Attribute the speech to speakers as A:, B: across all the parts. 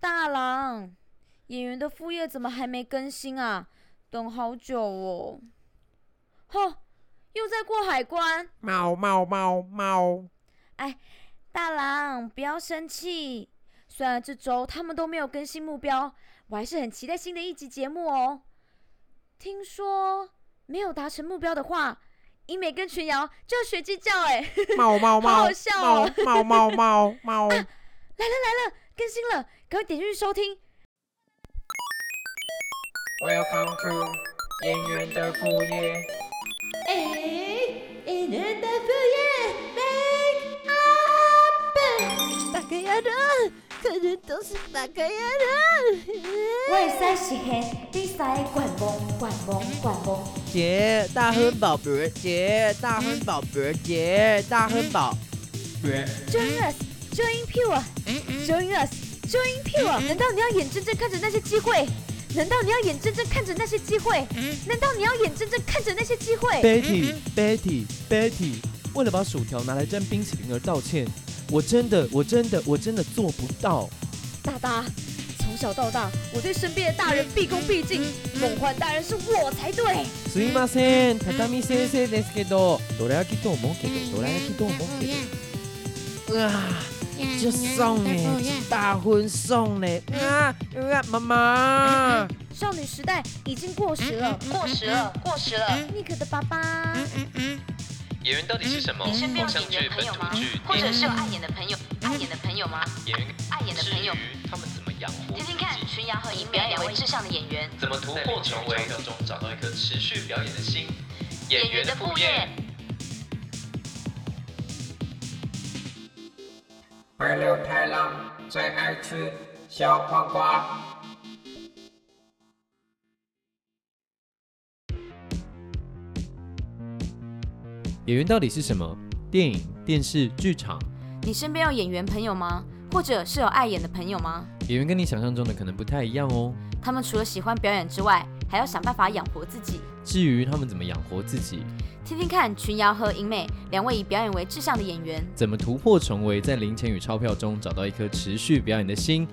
A: 大郎，演员的副业怎么还没更新啊？等好久哦。吼，又在过海关。
B: 猫猫猫猫，
A: 大郎，不要生气。虽然这周他们都没有更新目标，我还是很期待新的一集节目哦。听说没有达成目标的话，英美跟群瑶就要学鸡叫哎，
B: 猫
A: 好
B: 猫猫
A: 好笑
B: 猫
A: 哦
B: 猫猫猫猫，
A: 更新了，赶快点进去收听。
C: Welcome to 演员的副业。
D: 大概要人，可能都是大概要人。
E: 我会使实现你使管梦、管梦、管梦。
B: 姐大亨堡，姐大亨堡，姐大亨堡，
A: Join us, join pure, join us, join pure。难道你要眼睁睁看着那些机会？难道你要眼睁睁看着那些机会？难道你要眼睁睁看着那些机会？
F: Betty Betty Betty，为了把薯条拿来沾冰淇淋而道歉，我真的我真的我真的做不到。
A: 大大，从小到大，我对身边的大人毕恭毕敬，梦幻大人是我才对。
F: すいません、高見先生ですけど、どら焼きと思うけど、どら焼きと思うけど。
B: 啊，就送呢，大婚送呢，啊啊，妈 妈，
A: 少女时代已经过时了，
G: 嗯
A: 嗯
G: 过时了，过时了。
A: 尼克的爸爸。
H: 演员到底是什么？
G: 你身边
H: 偶
G: 有
H: 像
G: 演
H: 剧
G: 员、
H: 本
G: 朋友吗
H: 土剧、？
G: 或
H: 电
G: 者
H: 影
G: 是有爱演的朋友、爱演的朋友吗？
H: 演员
G: 爱演的
H: 至
G: 朋友，
H: 于他们怎么养活
G: 听听
H: 自
G: 看，
H: 己，
G: 群瑶和银苗两位志向的演员，
H: 怎么突破重围，中找到一颗持续表演的心。演
G: 演
H: 员
G: 员
H: 的
G: 的
H: 副
G: 副
H: 业
G: 业。
C: 白六太郎最爱吃小黄瓜。
F: 演员到底是什么？电影、电视、剧场，
G: 你身边有演员朋友吗？或者是有爱演的朋友吗？
F: 演员跟你想象中的可能不太一样哦。
G: 他们除了喜欢表演之外，还要想办法养活自己。
F: 至于他们怎么养活自己，
G: 听听看，群瑶和银美两位以表演为志向的演员，
F: 怎么突破重围，在零钱与钞票中找到一颗持续表演的心，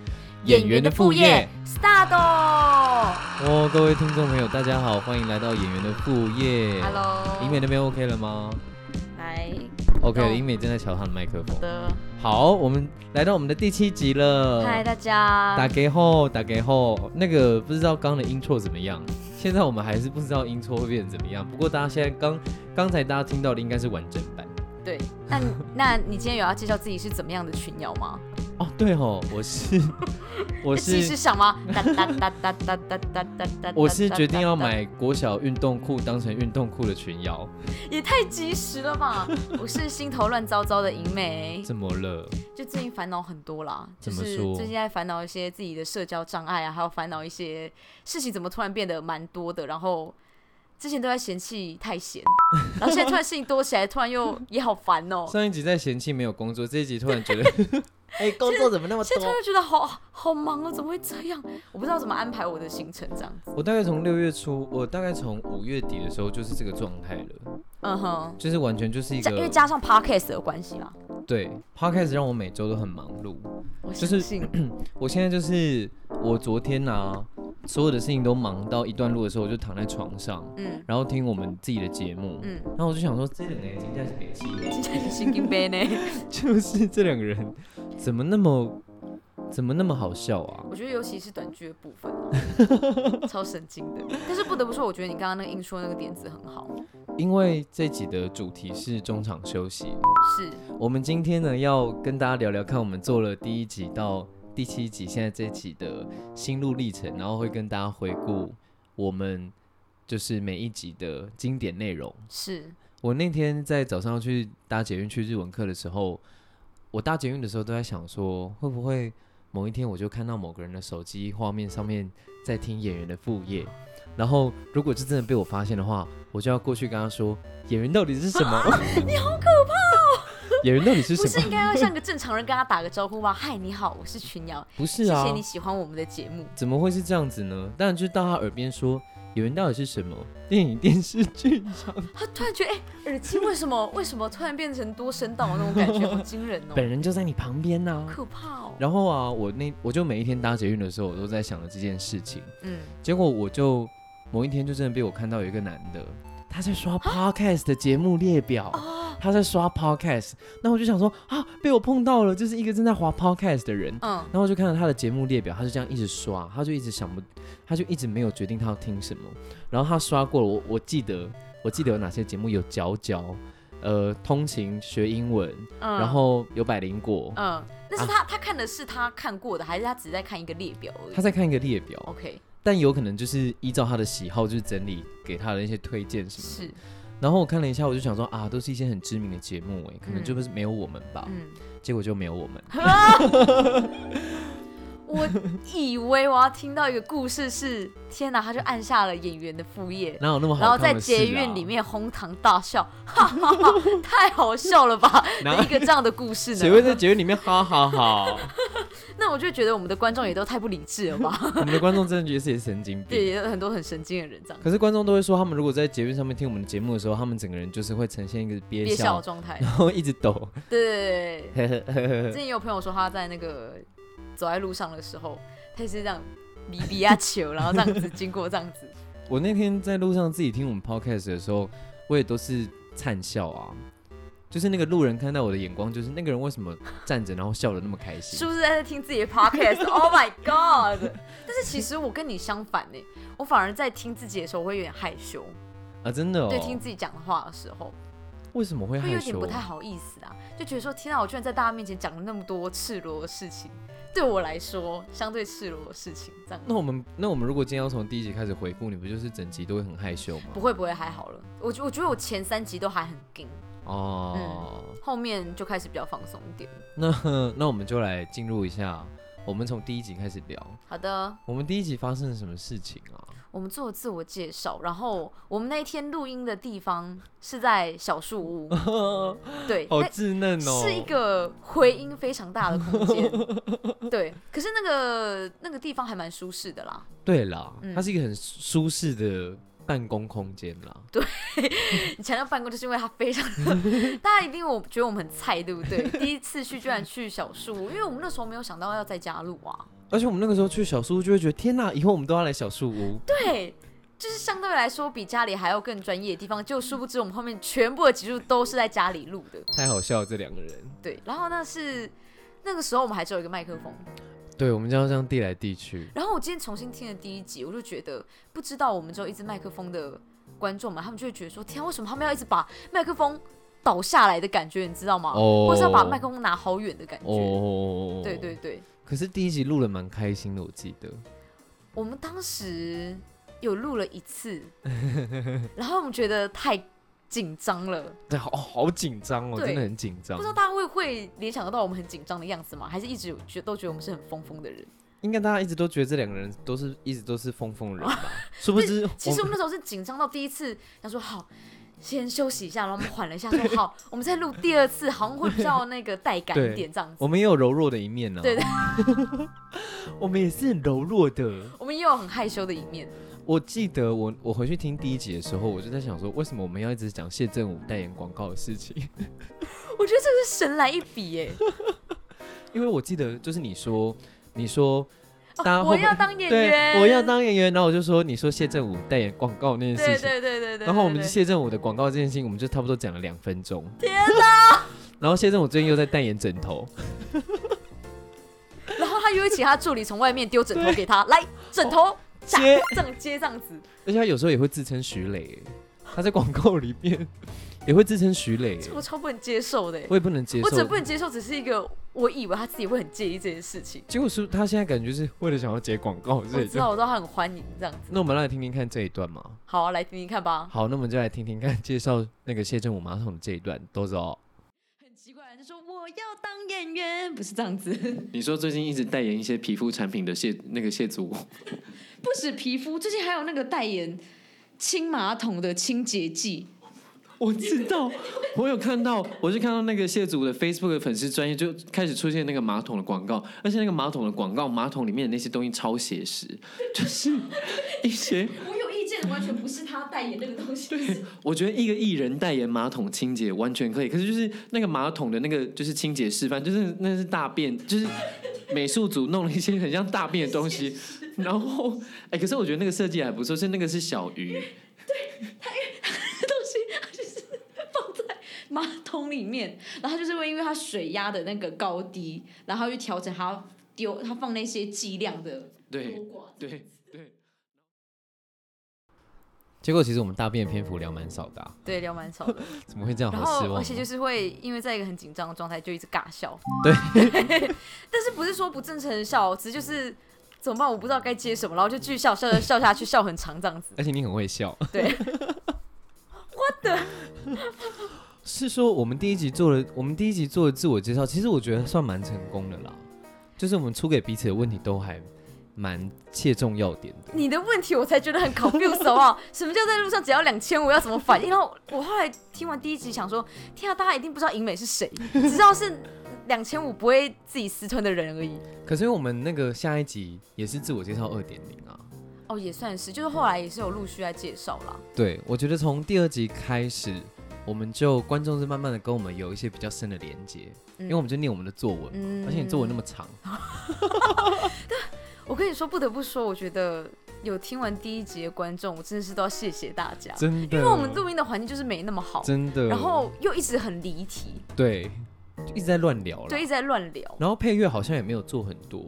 G: start 哦。
F: 哦，各位听众朋友，大家好，欢迎来到演员的副业。
G: Hello，
F: 英美那边 OK 了吗
G: 来
F: ？OK，
G: 哦
F: 英美正在瞧他的麦克风。
G: 的，
F: 好，我们来到我们的第七集了。
G: 嗨呃大家，
F: 打给后，打给后，那个不知道刚刚的音错怎么样？现在我们还是不知道音错会变成怎么样。不过大家现在刚刚才大家听到的应该是完整版。
G: 对，那你那你今天有要介绍自己是怎么样的群瑶吗？
F: 哦，对哦，我 是我
G: 气势
F: 是
G: 上吗？哒哒哒哒哒哒哒哒哒。
F: 我是决定要，买国小运动裤当成运动裤的裙腰。
G: 也太及时了吧！我是心头乱糟糟的银美，
F: 怎么了？
G: 就最近烦恼很多啦，就
F: 怎么
G: 是
F: 说
G: 最近在烦恼一些自己的社交障碍啊，还有烦恼一些事情怎么突然变得蛮多的，然后。之前都在嫌弃太闲，然后现在突然事情多起来，突然又也好烦哦、
F: 上一集在嫌弃没有工作，这一集突然觉得
B: 哎，工作怎么那么
G: 现在突
B: 多？
G: 然觉得好好忙哦、怎么会这样？我不知道怎么安排我的行程这样子。
F: 我大概从六月初，我大概从五月底的时候就是这个状态了，
G: 嗯哼，
F: 就是完全就是一
G: 加
F: 个
G: 因为加嗯上 podcast 的关系啦，
F: 对 podcast 让我每周都很忙碌。
G: 我
F: 就
G: 相
F: 是
G: 信。
F: 我现在就是我昨天啊，所有的事情都忙到一段路的时候，我就躺在床上，
G: 嗯
F: 然后听我们自己的节目，
G: 嗯，
F: 然后我就想说，这两个人今天是北气
G: 今天是神经病呢。
F: 就是这两个人怎么那么怎么那么好笑啊？
G: 我觉得尤其是短剧的部 分啊、超神经的。但是不得不说，我觉得你刚刚那个硬说那个点子很好。
F: 因为这集的主题是中场休息，
G: 是，
F: 我们今天呢要跟大家聊聊看，我们做了第一集到第七集，现在这一集的心路历程，然后会跟大家回顾我们就是每一集的经典内容。
G: 是，
F: 我那天在早上去搭捷运去日文课的时候，我搭捷运的时候都在想说，会不会某一天我就看到某个人的手机画面上面在听演员的副业，然后如果是真的被我发现的话，我就要过去跟他说，演员到底是什么？ 你好可怕哦！演员到底是
G: 哦不
F: 什
G: 是
F: 么？
G: 应该要像个正常人跟他打个招呼吗？ 嗨，你好，我是群瑶，
F: 不是啊，
G: 谢谢你喜欢我们的节目。
F: 怎么会是这样子呢？当然就到他耳边说，演员到底是什么？电影电视剧？
G: 他突然觉得，哎、耳机为什么为什么突然变成多声道那种感觉，好惊人哦，
F: 本人就在你旁边呐、
G: 可怕哦。
F: 然后啊，我那我就每一天搭捷运的时候，我都在想着这件事情。
G: 嗯，
F: 结果我就某一天就真的被我看到有一个男的，他在
G: 啊
F: 刷 podcast 的节目列表，
G: 哦
F: 他在刷 podcast，那我就想说啊，被我碰到了，就是一个正在滑 podcast 的人。
G: 嗯，
F: 然后我就看到他的节目列表，他就这样一直刷，他就一直想不，他就一直没有决定他要听什么。然后他刷过了，我我记得我记得有哪些节目有角角，呃，通勤学英文，
G: 嗯
F: 然后有百灵果，
G: 嗯，但是他、他看的是他看过的，还是他只是在看一个列表而已
F: 他在看一个列表，
G: ？OK，
F: 但有可能就是依照他的喜好，就是整理给他的一些推荐什么的。
G: 是，
F: 然后我看了一下，我就想说啊，都是一些很知名的节目，哎，可能
G: 嗯
F: 就不是没有我们吧。
G: 嗯，
F: 结果就没有我 们。
G: 我以为我要听到一个故事是，天哪，他就按下了演员的副业。
F: 哪有那么
G: 然
F: 好
G: 后
F: 看
G: 在
F: 的事
G: 捷运
F: 啊
G: 里，面哄堂大笑， 哈哈哈，太好笑了吧！
F: 哪
G: 的一个这样的故 事
F: 谁会
G: 呢？
F: 在捷运里面哈哈哈？
G: 那我就觉得我们的观众也都太不理智 了吧？
F: 我们的观众真的觉得自己是神经
G: 对，
F: 病。
G: 也有很多很神经的人这样
F: 可是观众都会说，他们如果在捷运上面听我们的节目的时候，他们整个人就是会呈现一个憋
G: 憋笑
F: 笑
G: 的，状态。
F: 然后一直抖。
G: 对 对对
F: 呵呵呵
G: 对，
F: 呵
G: 之前也有朋友说他在那个走在路上的时候，他也是这样比比啊球，然后这样子经过这样子。
F: 我那天在路上自己听我们 podcast 的时候，我也都是灿笑啊，就是那个路人看到我的眼光，就是那个人为什么站着然后笑得那么开
G: 是
F: 心？
G: 不是在听自己的 podcast？Oh my god！但是其实我跟你相反呢、我反而在听自己的时候会有点害羞，
F: 啊，真的哦，
G: 对，听自己讲的话的时候
F: 为什么会
G: 会
F: 害
G: 有点
F: 羞
G: 不？太好意思啊，就觉得说天啊，我居然在大家面前讲了那么多赤裸的事情，对我来说相对赤裸的事情，这样
F: 那我们那我们如果今天要从第一集开始回顾，你不就是整集都会很害羞吗
G: 不？会不会还好了。我觉我觉得我前三集都还很硬，
F: 哦，
G: 后面就开始比较放松一点。
F: 那那我们就来进入一下，我们从第一集开始聊。
G: 好的，
F: 我们第一集发生了什么事情啊？
G: 我们做自我介绍，然后我们那一天录音的地方是在小树屋，对，
F: 好
G: 那
F: 稚嫩哦，
G: 是一个回音非常大的空间， 对。可是那个那个地方还蛮舒适的啦，
F: 对啦，
G: 嗯
F: 它是一个很舒适的办公空间啦。
G: 你强调办公就是因为它非常的，大家一定我觉得我们很菜，对不对？第一次去居然去小树屋，因为我们那时候没有想到要在家录啊，
F: 而且我们那个时候去小树屋，就会觉得天哪，以后我们都要来小树屋。
G: 对。就是相对来说比家里还要更专业的地方，就殊不知我们后面全部的集数都是在家里录的，
F: 太好笑了，这两个人。
G: 对。然后那是那个时候我们还只有一个麦克风，
F: 对，我们就要这样递来递去。
G: 然后我今天重新听了第一集，我就觉得不知道我们只有一支麦克风的观众们，他们就会觉得说：天、啊，为什么他们要一直把麦克风倒下来的感觉，你知道吗？
F: 哦
G: 或是要把麦克风拿好远的感觉。
F: 哦，
G: 对对。对，
F: 可是第一集录的蛮开心的，我记得。
G: 我们当时有录了一次，然后我们觉得太紧张了，
F: 对，好好紧张哦，
G: 对
F: 真的很紧张
G: 不知。道大家会会联想得到我们很紧张的样子吗？还是一直有觉都觉得我们是很疯疯的人？
F: 应该大家一直都觉得这两个人都是一直都是疯疯人 吧？殊不知，
G: 其实
F: 我
G: 我
F: 们
G: 们那时候是紧张到第一次，想说好，先休息一下，然后我们缓了一下，说 好，我们再录第二次，好像会比较那个带感一点这样子。
F: 我们也有柔弱的一面呢、啊。
G: 对对，
F: 我们也是很柔弱的。
G: 我们也有很害羞的一面，
F: 我记得我我回去听第一集的时候，我就在想说，为什么我们要一直讲谢振武代言广告的事情？
G: 我觉得这个是神来一 笔耶、
F: 因为我记得就是你说，你说大家会
G: 哦！我
F: 不会
G: 要当演员，
F: 对，我要。当演员，然后我就说你说谢振武代言广告那件
G: 对
F: 事情，
G: 对对对对对。
F: 然后我们
G: 对
F: 谢振武的广告这件事情，我们就差不多讲了两分钟。天哪！然后谢振武最近又在代言枕 头，
G: 然后他约起他助理从外面丢枕头给他，来枕头
F: 哦
G: 夹
F: 接
G: 这样接这样子，
F: 而且他有时候也会自称徐磊，他在广告里面也会自称徐磊，
G: 这我超不能接受的耶、
F: 我也不能接
G: 我只
F: 受
G: 不。能接受，只是一个我以为他自己会很介意这件事情。
F: 结果是他现在感觉是为了想要接广告，所
G: 我
F: 以
G: 知
F: 就
G: 道，我知道他很欢迎这样子。
F: 那我们来听听看这一段嘛。
G: 好、啊，来听听看吧。
F: 好，那我们就来听听看介绍那个谢振武马桶的这一段，都走。
G: 很奇怪，就说我要当演员，不是这样子，
F: 你说最近一直代言一些皮肤产品的谢那个 谢祖，
G: 不止皮肤，最近还有那个代言清马桶的清洁剂，
F: 我知道，我有看到，我就看到那个谢祖的 Facebook 的粉丝专业就开始出现那个马桶的广告，而且那个马桶的广告，马桶里面的那些东西超写实，就是一些
G: 我有意见，些人完全不是他代言那个东 西。
I: 我觉得一个艺人代言马桶清洁完全可以，可是就是那个马桶的那个就是清洁示范，就是那是大便，就是美术组弄了一些很像大便的东 西，然后哎、可是我觉得那个设计还不错，是那个是小鱼，
G: 东西，它就是放在马桶里面，然后它就是会因为它水压的那个高低，然后去调整它丢它放那些剂量的多
I: 对
G: 寡。
I: 对对，
F: 结果其实我们大便的篇幅聊蛮少的、啊，
G: 对，聊蛮少的，
F: 怎么会这样？
G: 然
F: 好失
G: 后
F: 望、
G: 而且就是会因为在一个很紧张的状态就一直尬笑，
F: 对，
G: 但是不是说不正常的笑，只是就是怎么办？我不知道该接什么，然后就继续笑笑笑笑下去，笑很长这样子。
F: 而且你很会笑。
G: 对
F: What the？是说我们第一集做了，我们第一集做的自我介绍，其实我觉得算蛮成功的啦。就是我们出给彼此的问题都还蛮切中要点的。
G: 你的问题我才觉得很 confused 好不好？什么叫在路上只要两千五要怎么反应？然后我后来听完第一集想说，天啊，大家一定不知道尹美是谁，只知道是两千五不会自己私吞的人而已。
F: 可是因为我们那个下一集也是自我介绍二点零啊。
G: 哦，也算是，就是后来也是有陆续在介绍啦。
F: 对，我觉得从第二集开始，我们就观众是慢慢的跟我们有一些比较深的连接，因为我们就念我们的作文，
G: 嗯
F: 而且你作文那么长，
G: 我跟你说，不得不说，我觉得有听完第一集的观众，我真的是都要谢谢大家，
F: 真的，
G: 因为我们录音的环境就是没那么好，
F: 真的，
G: 然后又一直很离题，
F: 对，就一直在乱聊了，
G: 对，一直在乱聊。
F: 然后配乐好像也没有做很多。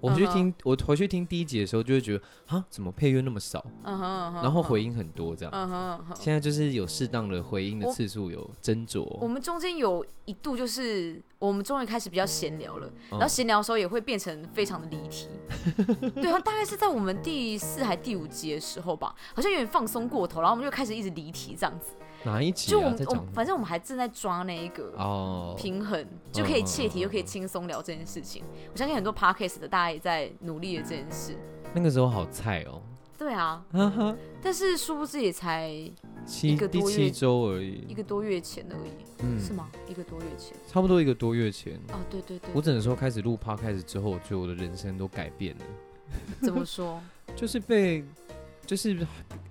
F: 我回去
G: 嗯
F: 听我回去听第一集的时候，就会觉得啊，怎么配乐那么少，
G: 嗯哼嗯哼，
F: 然后回音很多这样。
G: 嗯哼嗯哼。
F: 现在就是有适当的回音的次数有斟
G: 我
F: 酌，
G: 们中间有一度就是，我们终于开始比较闲聊了，
F: 嗯
G: 然后闲聊的时候也会变成非常的离 题。对，大概是在我们第四还第五集的时候吧，好像有点放松过头，然后我们就开始一直离题这样子。
F: 哪一集
G: 就我
F: 啊
G: 们
F: 在
G: 我
F: 讲
G: 们？反正我们还正在抓那一个
F: 哦，嗯
G: 平衡，就可以
F: 嗯
G: 切
F: 嗯嗯
G: 题，又可以轻松聊这件事情。我相信很多 podcast 的大家也在努力的这件事。
F: 那个时候好菜哦，
G: 对啊，
F: 哈哈，
G: 但是殊不知也才
F: 七
G: 一个
F: 第
G: 多
F: 七
G: 月
F: 周而
G: 一
F: 已，
G: 个多月前而已，
F: 嗯，
G: 是吗？一个多月前。
F: 差不多一个多月前。
G: 哦，对对对
F: 我，只能说，开始录 p 开始之后，我觉得我的人生都改变了，
G: 怎 么说？
F: 就是被，就是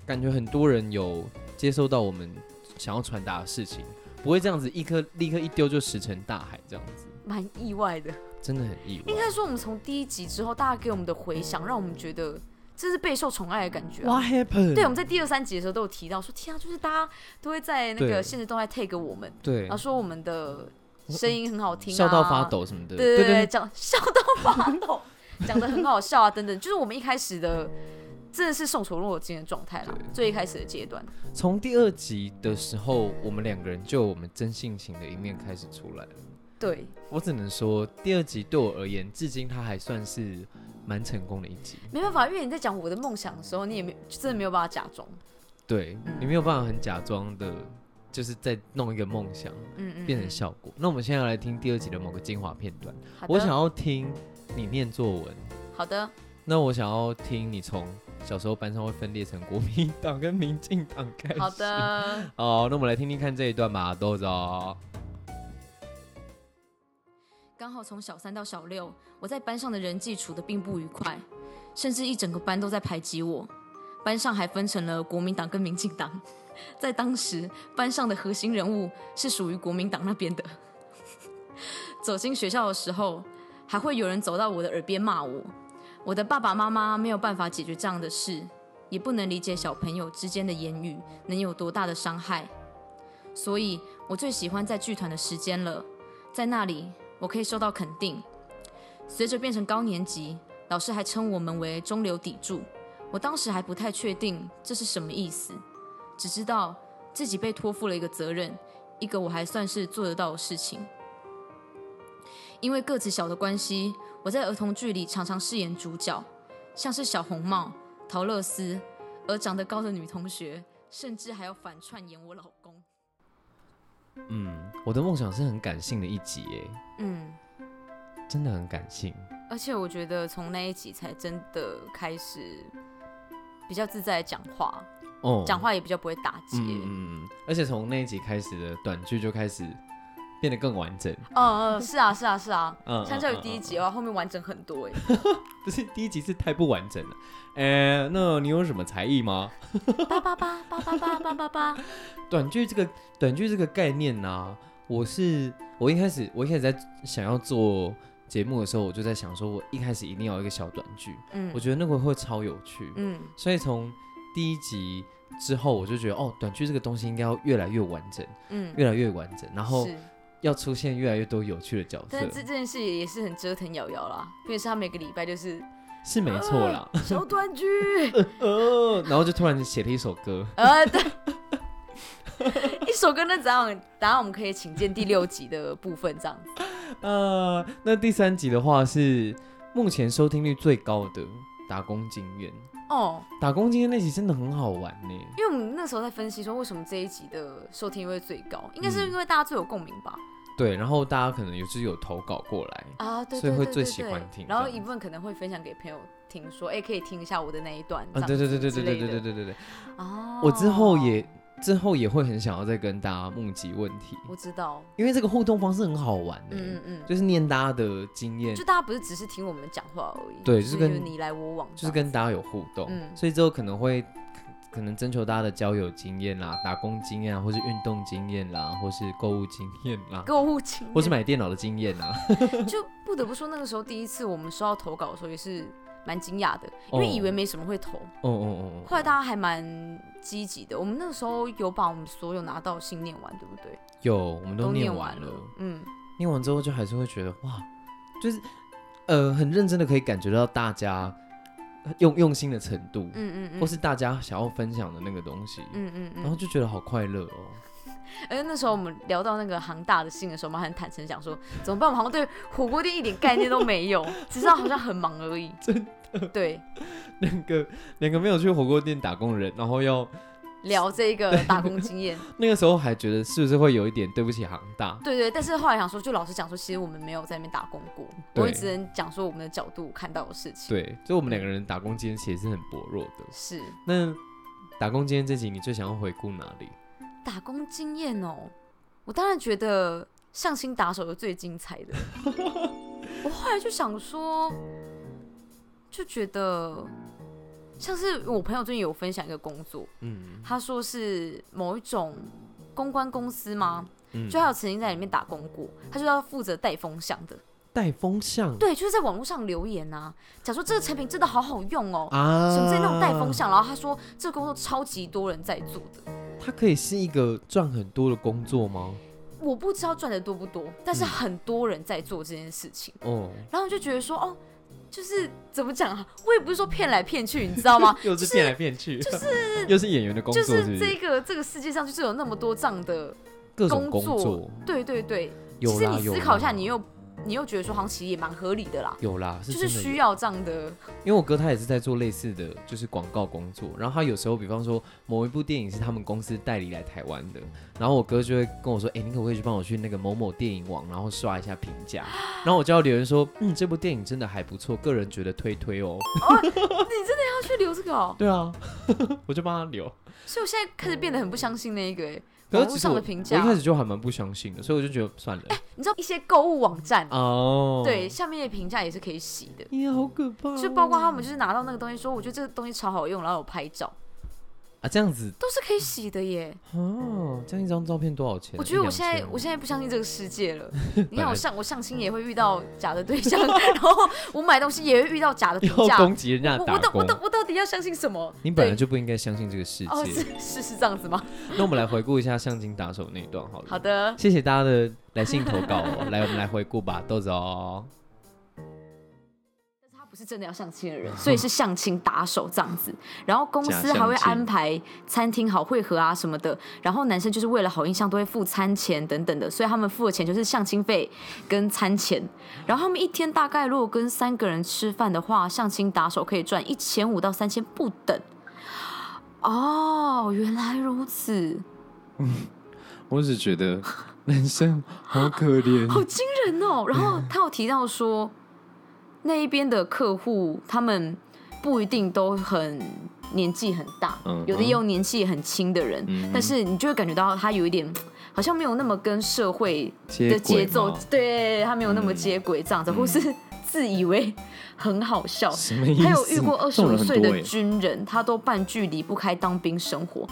F: 感觉很多人有接收到我们想要传达的事情，不会这样子一颗立刻一丢就石沉大海这样子，
G: 蛮意外的。
F: 真的很意外
G: 应。该说，我们从第一集之后，大家给我们的回响，让我们觉得这是备受宠爱的感觉、啊。
B: What happened？
G: 对，我们在第二三集的时候都有提到说，天啊，就是大家都会在那
F: 对
G: 个现实动态 take 我们，
F: 对
G: 然后，说我们的声音很好听、啊，
F: 笑到发，抖什么的，
G: 对对对，
F: 对，
G: 讲笑到发抖，讲的很好笑啊，等等，就是我们一开始的真的是受宠若惊的状态啦，最一开始的阶段，
F: 从第二集的时候，我们两个人就有我们真性情的一面开始出来了。
G: 对，
F: 我只能说，第二集对我而言，至今它还算是蛮成功的一集。
G: 没办法，因为你在讲我的梦想的时候，你也没真的没有办法假装，
F: 对
G: 嗯
F: 你没有办法很假装的，就是在弄一个梦想
G: 嗯嗯，
F: 变成
G: 嗯，
F: 效果。那我们现在要来听第二集的某个精华片段，
G: 好的
F: 我想要听你念作文，
G: 好的，
F: 那我想要听你从小时候班上会分裂成国民党跟民进党开始。
G: 好， 的。
F: 哦，那我们来听听看这一段吧，豆子哦。
G: 刚好从小三到小六，我在班上的人际处得并不愉快，甚至一整个班都在排挤我。班上还分成了国民党跟民进党， 在当时班上的核心人物是属于国民党那边的。 走进学校的时候，还会有人走到我的耳边骂我。我的爸爸妈妈没有办法解决这样的事，也不能理解小朋友之间的言语能有多大的伤害，所以我最喜欢在剧团的时间了。在那里我可以受到肯定。随着变成高年级，老师还称我们为中流砥柱。我当时还不太确定这是什么意思，只知道自己被托付了一个责任，一个我还算是做得到的事情。因为个子小的关系，我在儿童剧里常常饰演主角，像是小红帽、陶乐斯，而长得高的女同学甚至还要反串演我老公。
F: 嗯，我的梦想是很感性的一集，耶，
G: 嗯，
F: 真的很感性。
G: 而且我觉得从那一集才真的开始比较自在地讲话，
F: 哦，
G: 讲话也比较不会打结。
F: 嗯嗯嗯，而且从那一集开始的短剧就开始变得更完整。
G: 嗯嗯，是啊是啊是啊
F: 嗯，
G: 相较于
F: 嗯嗯嗯
G: 第一集的话，后面完整很多哎。
F: 不是第一集是太不完整了。呃，那你有什么才艺吗？
G: 八八八八八八八八八，
F: 短剧这个短剧这个概念呢、我是我一开始我一开始在想要做节目的时候，我就在想说，我一开始一定要有一个小短剧，
G: 嗯
F: 我觉得那个会超有趣。
G: 嗯
F: 所以从第一集之后，我就觉得哦，短剧这个东西应该要越来越完整，
G: 嗯，
F: 越来越完整，然后
G: 是，
F: 要出现越来越多有趣的角色
G: 但是，这这件事也是很折腾瑶瑶啦，因为是她每个礼拜就是
F: 是没错啦。
G: 小短剧，
F: 呃，然后就突然写了一首 歌，
G: 呃，对。一首歌那怎样？当然我们可以请见第六集的部分这样子。
F: 呃，那第三集的话是目前收听率最高的《打工经验》。
G: 哦，
F: 打工经验那集真的很好玩呢。
G: 因为我们那时候在分析说，为什么这一集的收听率会最高，应该是
F: 嗯
G: 因为大家最有共鸣吧？
F: 对，然后大家可能有就是有投稿过来，
G: 啊，对
F: 所
G: 对
F: 以
G: 对
F: 会
G: 对
F: 最
G: 对
F: 喜欢听
G: 然后
F: 这样
G: 一部分可能会分享给朋友听，说，哎，可以听一下我的那一段。
F: 嗯，对对对对对对对对
G: 对。
F: 对对对，
G: 哦，
F: 我之后也之后也会很想要再跟大家募集问题，
G: 我知道，
F: 因为这个互动方式很好玩呢，
G: 嗯嗯嗯，
F: 就是念大家的经验
G: 就，大家不是只是听我们讲话而已，
F: 对
G: 就
F: 就是跟
G: 你来我往这
F: 就是
G: 样，
F: 跟大家有互动，
G: 嗯
F: 所以之后可能会可能征求大家的交友经验啦、打工经验啊，或是运动经验啦，或是购物经验啦，
G: 购物情人，
F: 或是买电脑的经验啦。啊
G: 就不得不说，那个时候第一次我们收到投稿的时候也是蛮惊讶的，因为
F: 哦
G: 以为没什么会投，
F: 哦哦哦哦，
G: 后来大家还蛮积极的。我们那个时候有把我们所有拿到信念完，对不对？
F: 有，我们都念
G: 念
F: 完
G: 了
F: 了，，
G: 嗯，
F: 念完之后就还是会觉得哇，就是呃很认真的可以感觉到大家用用心的程度，
G: 嗯嗯嗯，
F: 或是大家想要分享的那个东西，
G: 嗯嗯嗯，
F: 然后就觉得好快乐哦。
G: 而且那时候我们聊到那个航大的信的时候，我们还很坦诚讲说，怎么办？我们好像对火锅店一点概念都没 有，只知道好像很忙而已。
F: 真
G: 的，对，
F: 两个两个没有去火锅店打工的人，然后要
G: 聊这个打工 经验，
F: 那个时候还觉得是不是会有一点对不起航大？
G: 对对。但是后来想说，就老实讲说，其实我们没有在那边打工过，我
F: 对
G: 们只能讲说我们的角度看到的事情。，
F: 对，就我们两个人打工经验其实是很薄弱的。
G: 是
F: 那打工经验这集你最想要回顾哪里？
G: 打工经验哦。我当然觉得相亲打手是最精彩 的。我后来就想说，就觉得像是我朋友最近有分享一个工作，
F: 嗯
G: 他说是某一种公关公司吗？
F: 嗯
G: 就他有曾经在里面打工过，他就要负责带风向的。
F: 带风向
G: 对，就是在网络上留言啊，讲说这个产品真的好好用哦，
F: 啊
G: 什么之类那种带风，向。然后他说这个工作超级多人在做的，
F: 它可以是一个赚很多的工作吗？
G: 我不知道赚的多不多，但是
F: 嗯
G: 很多人在做这件事情。
F: 哦，？
G: 然后我就觉得说，哦，就是怎么讲啊，我也不是说骗来骗去，你知道吗
F: 又是
G: 是
F: 变来变去，就是 又是演员的工
G: 就
F: 作，是
G: 是
F: 不
G: 这个这个世界上就是有那么多这样的，
F: 各种
G: 工
F: 工
G: 作
F: 作，
G: 对对对，
F: 有
G: 其实
F: 啦
G: 你
F: 有
G: 思考一下，
F: 啦
G: 你又你又觉得说，好像其实也蛮合理的啦，
F: 有啦，是
G: 就是
F: 真的有
G: 需要这样的，
F: 因为我哥他也是在做类似的，就是广告工作。然后他有时候，比方说某一部电影是他们公司代理来台湾的，然后我哥就会跟我说：“哎、你可不可以去帮我去那个某某电影网，然后刷一下评 价？”然后我就要留言说：“嗯，这部电影真的还不错，个人觉得推推哦。
G: 要去留这个哦”。
F: 对啊， 我就帮他留。
G: 所以我现在开始变得很不相信那一个、欸，
F: 可
G: 网
F: 是其
G: 络
F: 实
G: 上
F: 我
G: 的评价
F: 我一开始就还蛮不相信的，所以我就觉得算了。
G: 你知道一些购物网站，
F: 哦，
G: 对，下面的评价也是可以洗的，
F: 耶，好可怕哦、
G: 就包括他们就是拿到那个东西说，我觉得这个东西超好用，然后有拍照，
F: 啊这样子
G: 都是可以洗的耶。
F: 哦，这样一张照片多少钱啊？
G: 我觉得
F: 一
G: 我
F: 两
G: 现在
F: 千
G: 我现在不相信这个世界 了。你看
F: 本
G: 我
F: 来
G: 上我相亲也会遇到假的对象，然后我买东西也会遇到假的评
F: 要
G: 价。
F: 攻击人家
G: 我
F: 的
G: 我
F: 打
G: 到我
F: 工。
G: 到我到底要相信什么？
F: 你本来
G: 对
F: 就不应该相信这个世界。
G: 哦，是是是这样子吗？
F: 那我们来回顾一下象精打手那一段好了。
G: 好，的，
F: 谢谢大家的来信投稿哦。来，我们来回顾吧，豆子哦。
G: 他不是真的要相亲的人，所以是相亲打手这样子。然后公司还会
I: 假相亲
G: 安排餐厅好会合啊什么的。然后男生就是为了好印象都会付餐钱等等的，所以他们付的钱就是相亲费跟餐钱。然后他们一天大概如果跟三个人吃饭的话，相亲打手可以赚一千五到三千不等。哦，原来如此，
I: 我只觉得男生好可怜，
G: 好惊人哦！然后他有提到说，那一边的客户他们不一定都很年纪很大，
I: 嗯
G: 有的也有年纪很轻的人，
I: 嗯
G: 但是你就会感觉到他有一点好像没有那么跟社会
F: 接
G: 的
F: 轨
G: 节奏
F: 吗，
G: 对他没有那么接轨这样子，
I: 嗯
G: 或是自以为很好笑。
F: 什么意思？
G: 还有遇过二
I: 这
G: 十
I: 种
G: 五
I: 人很
G: 岁
I: 多
G: 的
I: 欸
G: 军人，他都半句离不开当兵生活，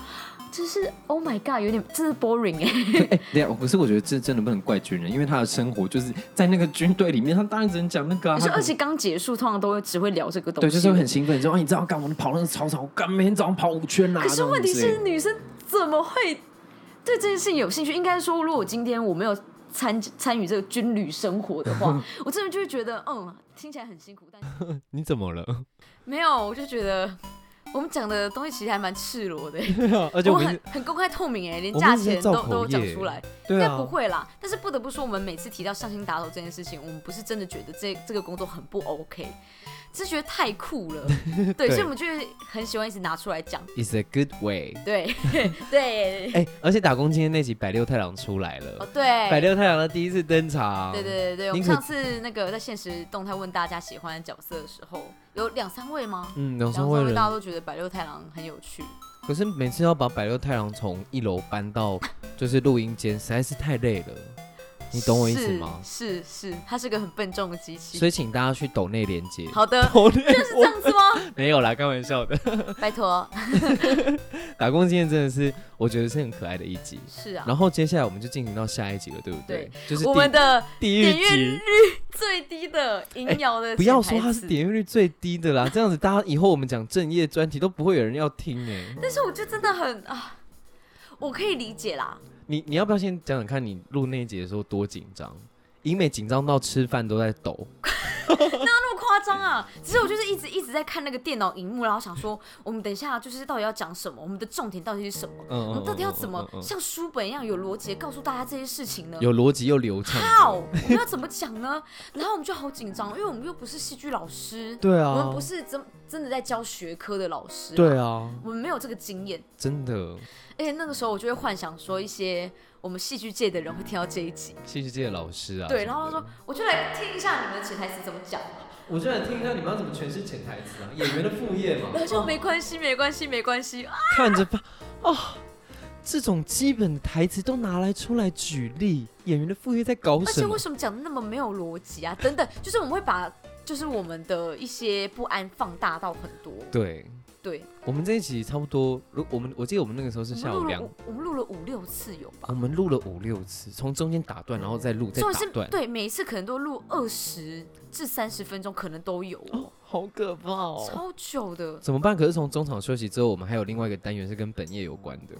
G: 就是 Oh my God，有点真是 boring 哎、
F: 哎，
I: 对啊，可是我觉得这真的不能怪军人，因为他的生活就是在那个军队里面，他当然只能讲那个、啊。
G: 而且
I: 他
G: 而且刚结束，通常都会只会聊这个东西。
F: 对，就是会很兴奋，说啊，你知道干我们跑那个操场，我干每天早上跑五圈呐、啊。
G: 可是
F: 这种
G: 问题
F: 之类的
G: 是，女生怎么会对这件事情有兴趣？应该说，如果今天我没有参参与这个军旅生活的 话，我真的就会觉得，嗯，听起来很辛苦，但
F: 你怎么了？
G: 没有，我就觉得我们讲的东西其实还蛮赤裸的、
F: 啊而且我
G: 们
F: 们
G: 很很公开透明哎、连
F: 我们
G: 价
F: 是在
G: 钱
F: 造
G: 都
F: 口
G: 都讲
F: 业
G: 出来，应
F: 对
G: 该
F: 啊，
G: 不会啦。但是不得不说，我们每次提到相亲打手这件事情，我们不是真的觉得这这个工作很不 OK，只是觉得太 酷了，对，
F: 对
G: 所以我们就会很喜欢一直拿出来讲，
F: It's a good way。
G: 对 对。
F: 哎、而且打工今天那集百六太郎出来了，
G: 哦，对，
F: 百六太郎的第一次登场。
G: 对对对对，我
F: 您
G: 们
F: 可
G: 上次那个在现实动态问大家喜欢的角色的时候，有两三位吗？
F: 嗯，两
G: 两
F: 三
G: 三
F: 位
G: 位大家
F: 人，
G: 都觉得百六太郎很有趣，
F: 可是每次要把百六太郎从一楼搬 到就是录音间，实在是太累了，你懂我意思吗？
G: 是是是，他是个很笨重的机器
F: 所。以请大家去抖内连接。
G: 好的，
F: 抖内
G: 是这样子吗？
F: 没有啦，开玩笑的。
G: 拜托，
F: 打工今天真的是，我觉得是很可爱的一集。
G: 是啊，
F: 然后接下来我们就进行到下一集了，对不对？就是
G: 我们
F: 地
G: 的
F: 地狱
G: 点阅
F: 集
G: 率。最低的银瑶的、
F: 哎不要说它是，点阅率最低的啦，这样子大家以后我们讲正业专题都不会有人要听哎、
G: 但是我觉得真的很啊，我可以理解啦。
F: 你你要不要先讲讲看你录那一集的时候多紧张？英美紧张到吃饭都在抖，
G: 那么夸张啊！只是我就是一直一直在看那个电脑荧幕，然后想说，我们等一下就是到底要讲什么，我们的重点到底是什么，
F: 嗯
G: 我们到底要怎么
F: 嗯嗯嗯嗯
G: 像书本一样有逻辑地告诉大家这些事情呢？
F: 有逻辑又流畅。
G: 好，我们要怎么讲呢？然后我们就好紧张，因为我们又不是戏剧老师，
F: 对
G: 我们
F: 啊
G: 不，是真真的在教学科的老师，
F: 对，啊，
G: 我们没有这个经验。
F: 真的，
G: 而哎且那个时候我就会幻想说，一些我们戏剧界的人会听到这一集，
F: 戏剧界的老师啊。
G: 对，
F: 什么
G: 然后
F: 的
G: 他说，我就来听一下你们的潜台词怎么讲。
F: 我就想听一下你们要怎么诠释潜台词啊，演员的副业嘛
G: 然后就没关系，没关系，没关系啊！
F: 看着吧，哦，这种基本的台词都拿来出来举例，演员的副业在搞
G: 而
F: 什
G: 且
F: 么
G: 为？什么讲的那么没有逻辑啊？等等，就是我们会把就是我们的一些不安放大到很多。
F: 对，
G: 对，
F: 我们这一集差不多，如我们我记得我们那个时候是
G: 我
F: 下
G: 们录
F: 午
G: 了
F: 两
G: 五，，我们录了五六次有吧？
F: 我们录了五六次，从中间打断，然后再录，再
G: 重点
F: 打
G: 是
F: 断，
G: 对每一次可能都录二十至三十分钟，可能都有哦，
F: 好可怕哦！
G: 超久的。
F: 怎么办？可是从中场休息之后，我们还有另外一个单元是跟本业有关的，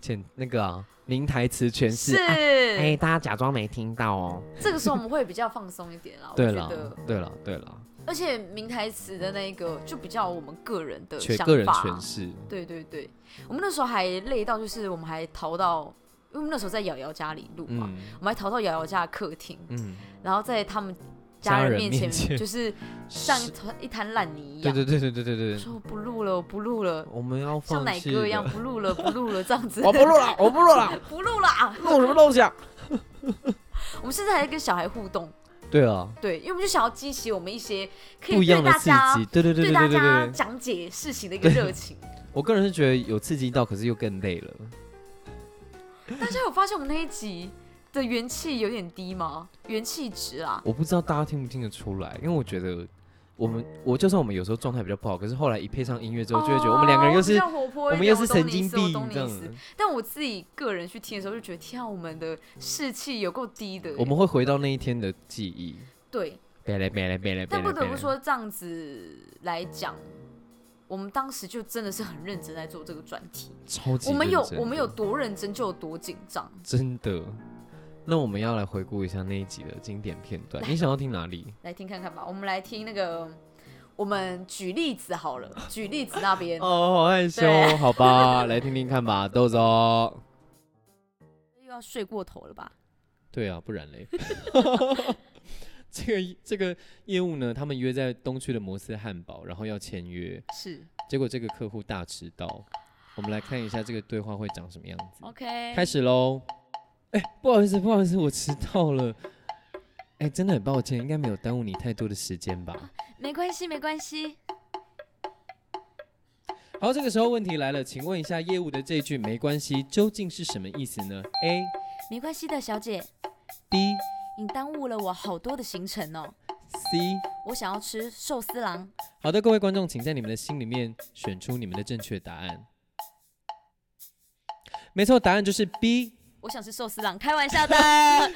F: 前那个啊，零台词诠释。
G: 是，
F: 哎哎，大家假装没听到哦。
G: 这个时候我们会比较放松一点啦，我
F: 对
G: 觉
F: 了
G: 得，，
F: 对了，对了，
G: 而且名台词的那一个就比较我们个人的
F: 全
G: 想
F: 个人
G: 法
F: 诠释。
G: 对对对，我们那时候还累到，就是我们还逃到，因为我们那时候在瑶瑶家里录嘛，
F: 嗯
G: 我们还逃到瑶瑶家的客厅，
F: 嗯，
G: 然后在他们
F: 家
G: 家人
F: 人
G: 面
F: 面
G: 前，
F: 前
G: 就是像一
F: 是
G: 团一滩烂泥一
F: 对
G: 样，
F: 对对对对对对对，
G: 说我不录了，我不录了，
F: 我们要
G: 像
F: 放
G: 奶
F: 弃
G: 哥一样
F: 了
G: 不录 了，不录了这样子，
B: 我不录了，我不录了，
G: 不录啦。
B: 弄什么东西啊？
G: 我们甚至还在跟小孩互动，
F: 对啊，
G: 对，因为我们就想要激起我们一些可
F: 不
G: 以
F: 一样
G: 对
F: 的
G: 大
F: 刺
G: 家
F: 激。对对对对
G: 大
F: 对对
G: 家
F: 对。
G: 讲解事情的一个热情。
F: 我个人是觉得有刺激到，可是又更累了。
G: 大家有发现我们那一集的元气有点低吗？元气值啊，
F: 我不知道大家听不听得出来，因为我觉得我们，我就算我们有时候状态比较不好，可是后来一配上音乐之后，就会觉得我们两个人又是、
G: 哦比较活泼
F: 我
G: 一点
F: 们又是神经
G: 我
F: 病
G: 懂你
F: 这
G: 意
F: 样
G: 思我懂
F: 子
G: 你意思。但我自己个人去听的时候，就觉得天啊，我们的士气有够低的耶。
F: 我们会回到那一天的记忆。
G: 对，
F: 别嘞别嘞别嘞别
G: 但
F: 嘞
G: 不得
F: 别
G: 不
F: 嘞
G: 说，这样子来讲，我们当时就真的是很认真在做这个专题。
F: 超级
G: 我们有
F: 认真
G: 我们有
F: 的
G: 多认真，就有多紧张。
F: 真的。那我们要来回顾一下那一集的经典片段，
G: 来
F: 你想要听哪里？
G: 来听看看吧，我们来听那个，我们举例子好了，举例子那边。
F: 哦，好害羞
G: 对，
F: 好吧，来听听看吧，豆子哦。
G: 又要睡过头了吧？
F: 对啊，不然嘞。 这个这个业务呢，他们约在东区的摩斯汉堡，然后要签约，
G: 是
F: 结果这个客户大迟到。我们来看一下这个对话会长什么样子。
G: ，OK，
F: 开始喽！哎、不好意思，不好意思，我迟到了。哎、真的很抱歉，应该没有耽误你太多的时间吧？
G: 没关系，没关系。
F: 好，这个时候问题来了，请问一下业务的这句“没关系”究竟是什么意思呢？A
G: 没关系的，小姐，
F: B
G: 你耽误了我好多的行程哦。
F: C。
G: 我想要吃寿司郎。
F: 好的，各位观众，请在你们的心里面选出你们的正确答案。没错，答案就是 B，
G: 我想吃寿司郎，开玩笑的。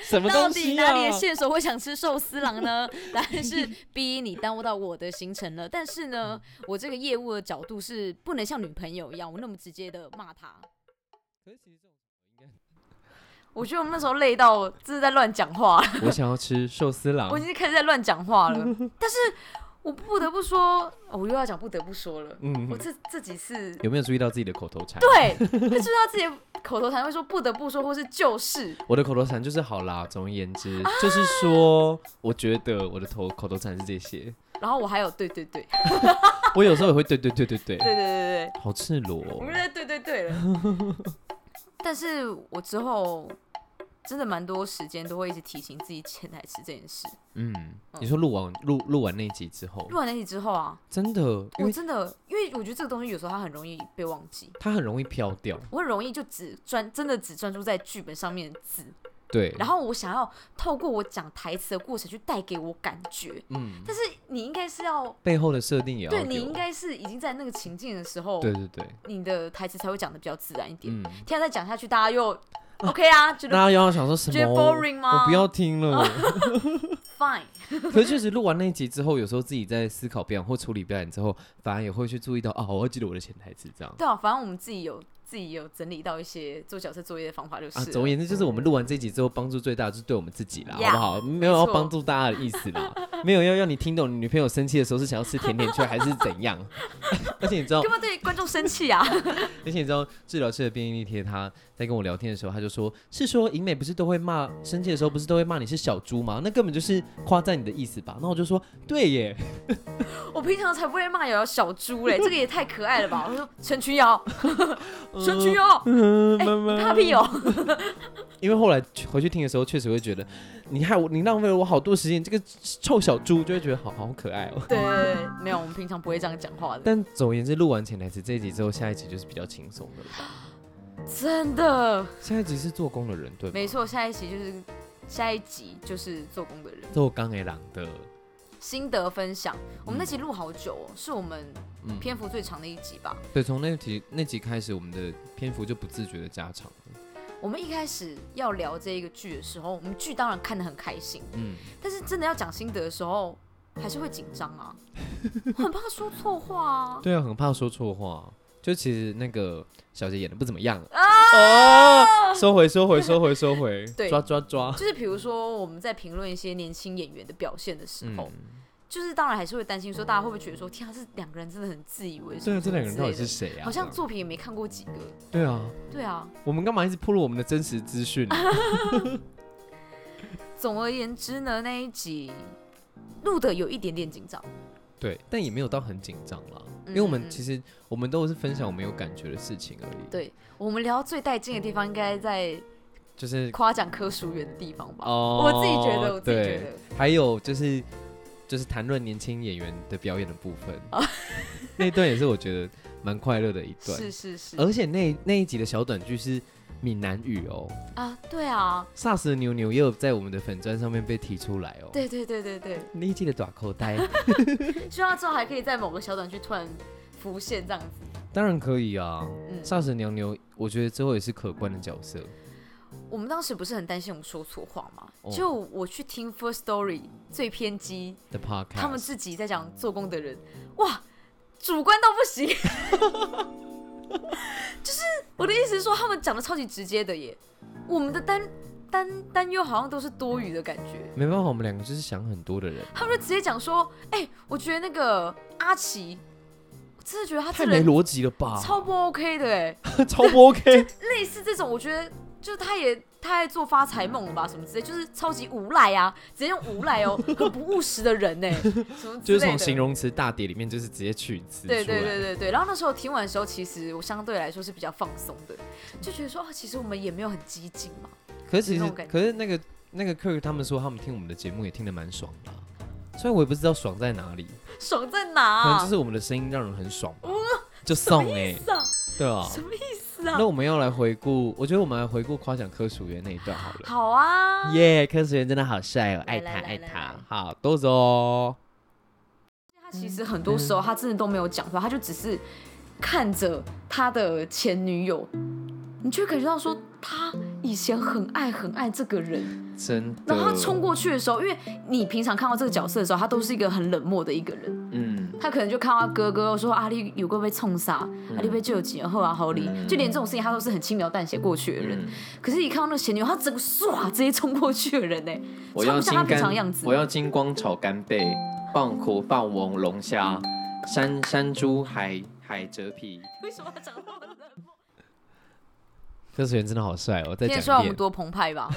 F: 什么
G: 呃到
F: 东
G: 底
F: 西
G: 哪里
F: 啊
G: 的？线索会想吃寿司郎 呢？答案是 B，你耽误到我的行程了。但是呢，我这个业务的角度是不能像女朋友一样，我那么直接的骂他。我觉得我们那时候累到，真是在乱讲话，
F: 我想要吃寿司郎
G: 我已。经开始在乱讲话 了。但是我不得不说，哦我又要讲不得不说了。
F: 嗯
G: 我，这这几次
F: 有没有注意到自己的口头禅？，
G: 对，那就是他自己的口头禅会说不得不说，或是就是。
F: 我的口头禅就是好啦。总而言之，就是说，我觉得我的头口头禅是这些。
G: 然后我还有对对对对
F: 我有时候也会对对对对对，
G: 对对对对，
F: 好赤裸哦、
G: 我们在对对对了。但是我之后真的蛮多时间都会一直提醒自己潜台词这件事。
F: 嗯，你说录完录录完那一集之后
G: 录，完那集之后啊，
F: 真的，因
G: 我
F: 为
G: 真的因为我觉得这个东西有时候它很容易被忘记，
F: 它很容易飘掉。
G: 我很容易就只专真的只专注在剧本上面的字，
F: 对，
G: 然后我想要透过我讲台词的过程去带给我感觉。
F: 嗯，
G: 但是你应该是要
F: 背后的设定也要
G: 对你
F: 有
G: 应该是已经在那个情境的时候，
F: 对对对，
G: 你的台词才会讲的比较自然一哦点。
F: 嗯。
G: 天啊，再讲下去大 家又 OK 啊，觉得
F: 大家要想说什
G: 觉得
F: 么
G: boring 吗
F: 我不要听了。
G: fine。
F: 可是确实录完那一集之后，有时候自己在思考表演或处理表演之后，反而也会去注意到啊，我要记得我的潜台词这样。
G: 对啊，反正我们自己有自己有整理到一些做角色作业的方法就是
F: 啊，
G: 了。
F: 总而言之，就是我们录完这一集之后，帮助最大的就是对我们自己啦好
G: Yeah，
F: 不好？没有
G: 没
F: 要
G: 错
F: 帮助大家的意思 啦，没有要让你听懂你女朋友生气的时候是想要吃甜甜圈还是怎样。 而且你知道
G: 干，嘛对观众生气 啊？
F: 而且你知道治疗师的便利贴，他在跟我聊天的时候，他就说：“是说影美不是都会骂生气的时候，不是都会骂你是小猪吗？那根本就是夸赞你的意思吧？”那我就说：“对耶，
G: 我平常才不会骂瑶瑶小 猪嘞，这个也太可爱了吧！我说陈群瑶，陈群瑶，
F: 嗯，
G: 哎
F: 妈妈
G: 怕屁
F: 呃
G: 哦，
F: 因为后来去回去听的时候，确实会觉得你害我，你浪费了我好多时间，这个臭小猪就会觉得好好可爱哦。
G: 对对对，对没有，我们平常不会这样讲话的，
F: 但总而言之，录完潜台词这一集之后，下一集就是比较轻松的了吧。
G: 真的
F: 下一集是做工的人，对吧？
G: 没错。下一期就是下一集就是做工的人。
F: 做刚诶狼的，
G: 心得分享。我们那集录好久哦，是我们
F: 嗯，
G: 篇幅最长的一集吧。
F: 对，从那集那集开始，我们的篇幅就不自觉的加长了。
G: 我们一开始要聊这一个剧的时候，我们剧当然看得很开心，
F: 嗯，
G: 但是真的要讲心得的时候，还是会紧张 啊，我很怕说错话啊。
F: 对啊，很怕说错话。啊就其实那个小姐演的不怎么样啊哦，收回，收回，收回，收回，
G: 对
F: 抓抓抓。
G: 就是比如说，我们在评论一些年轻演员的表现的时
F: 嗯，
G: 候，就是当然还是会担心说，大家会不会觉得说，天啊，这两个人真的很自以为是
F: 对啊，
G: 什么之
F: 这
G: 类的？
F: 两个人到底是谁啊？
G: 好像
F: 这样
G: 作品也没看过几个。
F: 对啊，
G: 对啊，
F: 我们干嘛一直暴露我们的真实资讯呢？啊
G: 总而言之呢，那一集录的有一点点紧张。
F: 对，但也没有到很紧张啦，
G: 嗯
F: 因为我们其实我们都是分享我们有感觉的事情而已。
G: 对我们聊最带劲的地方，应该在
F: 就是
G: 夸奖科属员的地方吧？
F: 哦
G: 我自己觉得，我自己觉
F: 对
G: 得，
F: 还有就是就是谈论年轻演员的表演的部分，
G: 哦
F: 那一段也是我觉得蛮快乐的一 段。
G: 是是是
F: 而且那那一集的小短剧是闽南语哦
G: 啊，对啊，
F: ，SARS 的牛牛也有在我们的粉砖上面被提出来哦。，
G: 对对对对对，
F: 那一季的短口袋
G: 希望之后还可以在某个小短剧突然浮现这样子。
F: 当然可以啊。
G: 嗯
F: SARS 牛牛，我觉得之后也是可观的角色。
G: 我们当时不是很担心我们说错话吗？
F: 哦
G: 就我去听 First Story 最偏激，
F: 的 podcast，
G: 他们自己在讲做工的人，哇，主观到不行。 就是我的意思是说，他们讲的超级直接的耶，我们的担担担忧好像都是多余的感觉。
F: 没办法，我们两个就是想很多的人，
G: 他们就直接讲说，哎、我觉得那个阿奇，我真的觉得他
F: 太
G: 这
F: 没
G: 人
F: 逻辑了吧？
G: 超不 OK 的哎、
F: 超不 OK，
G: 类似这种，我觉得就他也太爱做发财梦了吧，什么之类，就是超级无赖啊，直接用无 赖哦，很不务实的人哎、什么之
F: 就是
G: 类
F: 从
G: 的。
F: 形容词大典里面就是直接取词出来。
G: 对对对对对，然后那时候听完的时候，其实我相对来说是比较放松的，就觉得说哦，其实我们也没有很激进嘛。
F: 可是其
G: 那
F: 实
G: 种感，觉
F: 可是那个那个客人他们说他们听我们的节目也听得蛮爽的啊、虽然我也不知道爽在哪里，
G: 爽在哪、
F: 可能就是我们的声音让人很爽吧。就送哎、
A: 是啊，
F: 对啊。
A: 什么意思啊
F: 那？我们要来回顾，我觉得我们来回顾夸奖科属员那一段好了。
A: 好啊，
F: 耶，科属员真的好帅哦，
A: 来
F: 爱他
A: 来来
F: 爱
A: 来
F: 他
A: 来。
F: 好，多走哦。
G: 他其实很多时候他真的都没有讲话，他就只是看着他的前女友，你就会感觉到说他以前很爱很爱这个人，
F: 真的。
G: 然后他冲过去的时候，因为你平常看到这个角色的时候，他都是一个很冷漠的一个人，
F: 嗯，
G: 他可能就看到他哥哥说阿丽有个被冲杀，阿丽被救几然后啊好里，就连这种事情他都是很轻描淡写过去的人。可是，一看到那个前女友，他整个唰直接冲过去的人呢、
I: 我
G: 超
I: 要
G: 不像
I: 金
G: 他平常样
I: 干
G: 子，
I: 我要金光炒干贝，棒苦棒王龙虾，山山猪海海蜇皮。
G: 为什么他长得那么冷漠？
F: 科属员真的好帅哦。再
G: 今天说
F: 讲
G: 到我
F: 一遍，
G: 们多澎湃吧，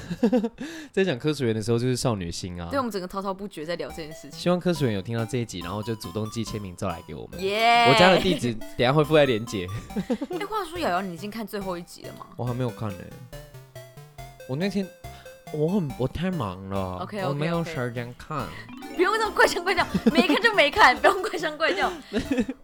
F: 在讲科属员的时候就是少女心啊
G: 对。我们整个滔滔不绝在聊这件事情。
F: 希望科属员有听到这一集，然后就主动寄签名照来给我们。
G: 耶、
F: 我家的地址等一下会附在连 结。
G: 哎、话说瑶瑶，你已经看最后一集了吗？
F: 我还没有看呢、我那天我很我太忙了
G: OK，OK，OK
F: 我没有时间看。
G: 不用这么怪 腔怪调，没看就没看，不用怪腔怪调。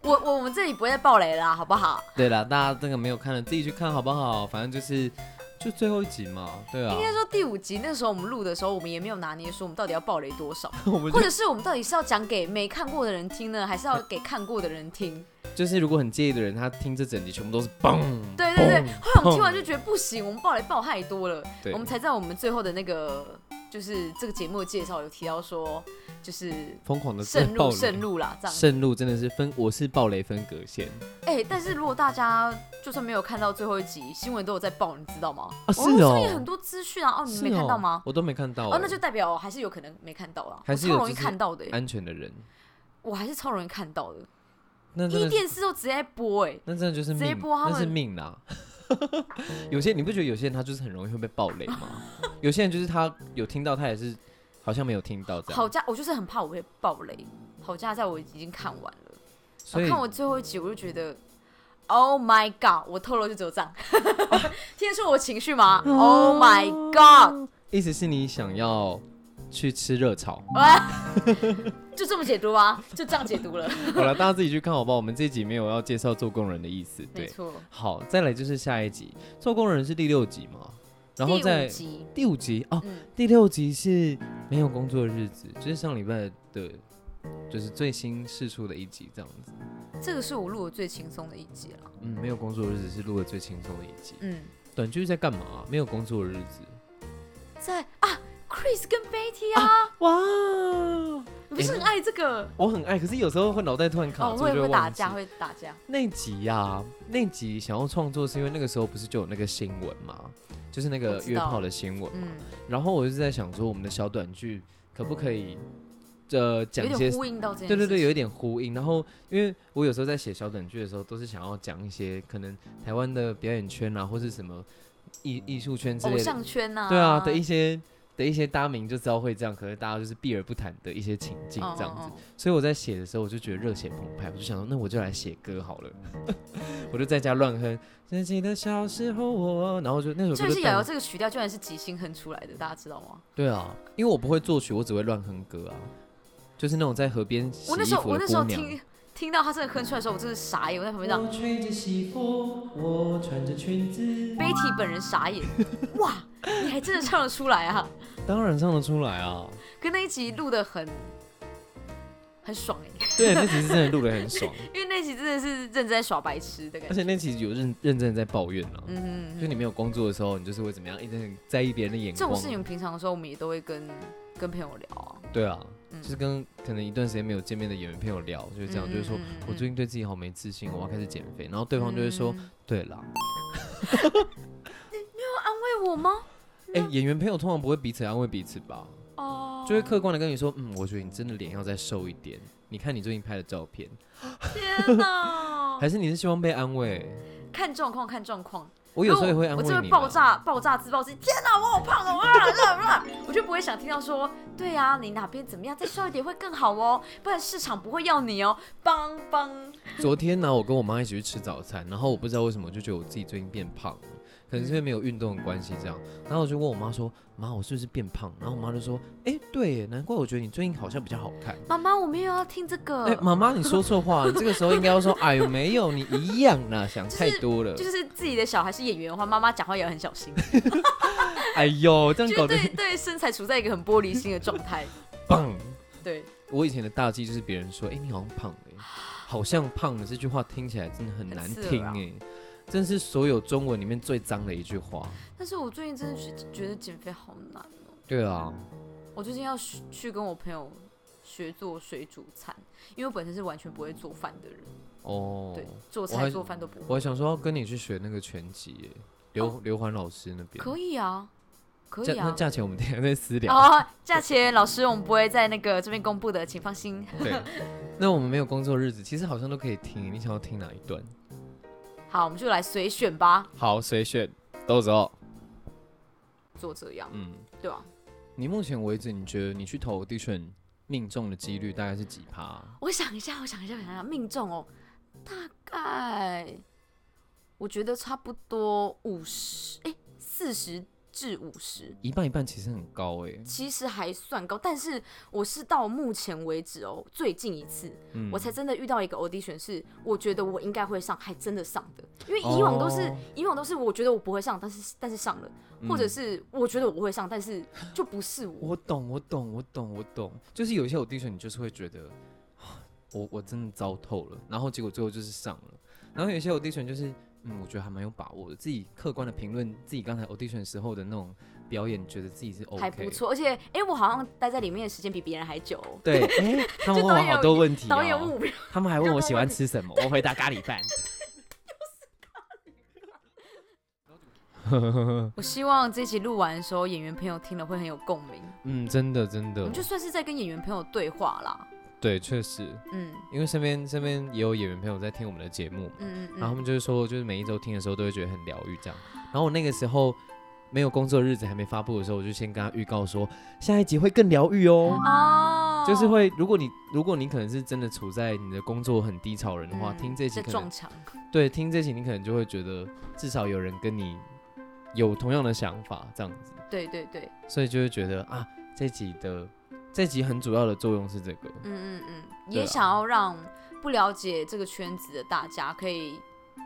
G: 我我我们这里不会再爆雷啦，好不好？
F: 对了，大家这个没有看的自己去看好不好？反正就是就最后一集嘛，对啊
G: 应。该说第五集那时候我们录的时候，我们也没有拿捏说我们到底要爆雷多少，
F: 我们
G: 或
F: 就
G: 者是我们到底是要讲给没看过的人听呢，还是要给看过的 人听？
F: 就是如果很介意的人，他听这整集全部都是嘣。
G: 对对对
F: 砰，
G: 后来我们听完
F: 砰
G: 就觉得不行，我们爆雷爆太多了，
F: 对
G: 我们才在我们最后的那个就是这个节目的介绍有提到说，就是
F: 疯狂的
G: 慎
F: 暴
G: 入
F: 雷
G: 慎入啦，这样。
F: 慎入真的是分，我是暴雷分隔线
G: 哎、但是如果大家就算没有看到最后一集，新闻都有在报，你知道吗？
F: 啊，是
G: 网络上也很
F: 哦，
G: 多资讯啊，哦，你
F: 是
G: 没看到
F: 哦
G: 吗？？
F: 我都没看到
G: 哦，那就代表还是有可能没看到啦。
F: 还是
G: 我
F: 有
G: 超容易
F: 就是
G: 看到的欸、
F: 安全的人。
G: 我还是超容易看到的。
F: 那真
G: 一
F: 的是
G: 电视都直接播、欸，
F: 那真的就是
G: 直接
F: 命，
G: 播他
F: 那是
G: 们哦
F: 命啦。 有些你不觉得有些人他就是很容易会被暴雷 吗？有些人就是他有听到，他也是好像没有听到这
G: 好
F: 样。
G: 家，我就是很怕我会爆雷。好家在我已经看完了，
F: 所以
G: 看我最后一集，我就觉得，Oh my God！我透露就只有这样， 听得出我情绪吗、o
F: 哦
G: h my God！
F: 意思是你想要去吃热炒。
G: 就这么解读吗？就这样解读了，
F: 好了，大家自己去看好不好？我们这一集没有要介绍做工人的意思。
G: 没
F: 对，
G: 错。
F: 好，再来就是下一集，做工人是第六集嘛，然后
G: 第五
F: 在
G: 集，
F: 第五集哦，
G: 嗯，
F: 第六集是没有工作的日子，就是上礼拜的，就是最新试出的一集这样子。
G: 这个是我录的最轻松的一集了。
F: 嗯，没有工作的日子是录的最轻松的一集。
G: 嗯，
F: 短剧在干嘛、没有工作的日子。
G: 在啊，Chris
F: 哎
G: 跟 Betty 啊，
F: 哇，
G: 你不是很爱这 个？
F: 我很爱，可是有时候会脑袋突然卡
G: 哦，
F: 住，
G: 会
F: 就
G: 会打
F: 忘记
G: 架，。会打架。
F: 那集呀、那集想要创作是因为那个时候不是就有那个新闻嘛，就是那
G: 我
F: 个
G: 知
F: 约
G: 道
F: 炮的新闻。
G: 嗯，
F: 然后我就在想说，我们的小短剧可不可以，呃，讲
G: 有
F: 一些
G: 点呼应到这件
F: 对对
G: 事情。
F: 对，有一点呼应。然后，因为我有时候在写小短剧的时候，都是想要讲一些可能台湾的表演圈啊，或是什么艺艺术圈之
G: 偶
F: 类的，
G: 像圈嗯呐、
F: 对啊的一些的一些大家明就知道会这样，可是大家就是避而不谈的一些情境这样子。
G: 嗯嗯
F: 所以我在写的时候，我就觉得热血澎湃，我就想说，那我就来写歌好了， 我就在家乱哼。自己的小时候我，然后就那首歌
G: 嗯居
F: 就
G: 然是瑶
F: 当
G: 瑶这个曲调，居然是即兴哼出来的，大家知道吗？
F: 对啊，因为我不会作曲，我只会乱哼歌啊，就是那种在河边洗
G: 我那
F: 衣
G: 时候
F: 服
G: 我
F: 的
G: 那时
F: 姑
G: 候
F: 娘。
G: 听听到他这个哼出来的时候，我真的傻眼，我在旁边让
F: 我吹着西风，我穿着裙子。
G: Betty 本人傻眼。哇，你还真的唱得出来啊！
F: 当然唱得出来啊！
G: 跟那一集录的很很爽哎、
F: 对，那集是真的录得很爽，
G: 因为那集真的是认真在耍白痴的感
F: 而
G: 觉。
F: 且那集有认认真的在抱怨啊。
G: 嗯哼嗯
F: 就
G: 哼，
F: 你没有工作的时候，你就是会怎么样，一直很在意别人的眼
G: 这
F: 光啊
G: 种。事情平常的时候我们也都会跟跟朋友聊啊。
F: 对啊，
G: 嗯
F: 就是跟可能一段时间没有见面的演员朋友聊，就是这样，
G: 嗯
F: 就是说
G: 嗯嗯
F: 我最近对自己好没自信，我要开始减肥，然后对方就会说，
G: 嗯
F: 对啦，
G: 安慰我吗？
F: 哎，演员朋友通常不会彼此安慰彼此吧，
G: 哦，
F: 就会客观的跟你说，嗯，我觉得你真的脸要再瘦一点，你看你最近拍的照片，
G: 天哪！
F: 还是你是希望被安慰？
G: 看状况，看状况。
F: 我有时候也会安慰
G: 啊我
F: 你
G: 这
F: 啦。
G: 会爆炸爆炸自暴自弃。天哪，我好胖哦！啊啊啊！我就不会想听到说，对啊，你哪边怎么样，再瘦一点会更好哦，不然市场不会要你哦。邦邦，
F: 昨天呢、我跟我妈一起去吃早餐，然后我不知道为什么我就觉得我自己最近变胖了，可能
G: 嗯
F: 是因为没有运动的关系这样。然后我就问我妈说：“妈，我是不是变胖？”然后我妈就说：“哎、对耶，难怪我觉得你最近好像比较好看。
G: 妈妈，我没有要听这个。
F: 哎、妈妈，你说错话，你这个时候应该要说：“哎呦，没有，你一样啦，想太多 了。
G: 就是自己的小孩是演员的话，妈妈讲话也要很小 心，
F: 哎呦，这样
G: 就是
F: 搞得
G: 对对身材处在一个很玻璃心的状态。
F: 棒。
G: 对，
F: 我以前的大忌就是别人说：“哎、你好像胖了耶、好像胖了。”这句话听起来真的很难
G: 刺耳
F: 听
G: 啊
F: 哎、真是所有中文里面最脏的一句话。
G: 但是我最近真的觉觉得减肥好难哦。
F: 对啊，
G: 我最近要学去跟我朋友学做水煮餐，因为我本身是完全不会做饭的人，
F: 哦，
G: 对，做
F: 我
G: 菜
F: 还
G: 做饭都不
F: 我
G: 会。
F: 还想说要跟你去学那个拳击耶，刘、刘环老师那边。
G: 哦可以啊，可以
F: 价那
G: 啊。
F: 价钱我们等一下再私聊。
G: 哦，价钱老师，我们不会在那个这边公布的，请放心。
F: 对， 那我们没有工作日子，其实好像都可以听。你想要听哪一段？
G: 好，我们就来随选吧，
F: 好，随选。到时候，
G: 做这样，
F: 嗯，
G: 对吧、
F: 你目前为止，你觉得你去投 audition 命中的几率大概是几趴啊？
G: 我想一下，我想一下，我想一下，命中哦，大概我觉得差不多五十，哎，四十至五十，
F: 一半一半，其实很高哎、
G: 其实还算高。但是我是到目前为止哦，最近一次、
F: 嗯
G: 我才真的遇到一个 audition，是我觉得我应该会上，还真的上的。因为以往都是、
F: 哦嗯
G: 以往都是我觉得我不会上，但是但是上了，或者是我觉得我会上，但是就不是我。
F: 我懂，我懂，我懂，我懂。就是有一些 audition，你就是会觉得，啊我我真的糟透了，然后结果最后就是上了。然后有一些 audition 就是，嗯，我觉得还蛮有把握的，自己客观的评论自己刚才 audition 时候的那种表演，觉得自己是 OK，
G: 还不。错，而且哎、诶我好像待在里面的时间比别人还久哦、
F: 对，哎、 他们
G: 就
F: 问
G: 导
F: 我
G: 演
F: 好多问题、哦，
G: 导演 问我
F: 他们还问我喜欢吃什么，我回答咖喱饭。
G: 我希望这集录完的时候，演员朋友听了会很有共鸣。
F: 嗯，真的真
G: 我
F: 的
G: 们，就算是在跟演员朋友对话啦。
F: 对，确实，
G: 嗯
F: 因为身边身边也有演员朋友在听我们的节目，
G: 嗯嗯
F: 然后他
G: 嗯。
F: 们就是说，就是每一周听的时候都会觉得很疗愈这样。然后我那个时候没有工作日子还没发布的时候，我就先跟他预告说，下一集会更疗愈哦。
G: 哦
F: 就是会，如果你如果你可能是真的处在你的工作很低潮的人的话，
G: 嗯
F: 听这集
G: 在
F: 可能
G: 撞墙。
F: 对听这集你可能就会觉得至少有人跟你有同样的想法这样子，
G: 对对对，
F: 所以就会觉得啊，这集的这集很主要的作用是这个，
G: 嗯嗯嗯，
F: 对
G: 也
F: 啊
G: 想要让不了解这个圈子的大家可以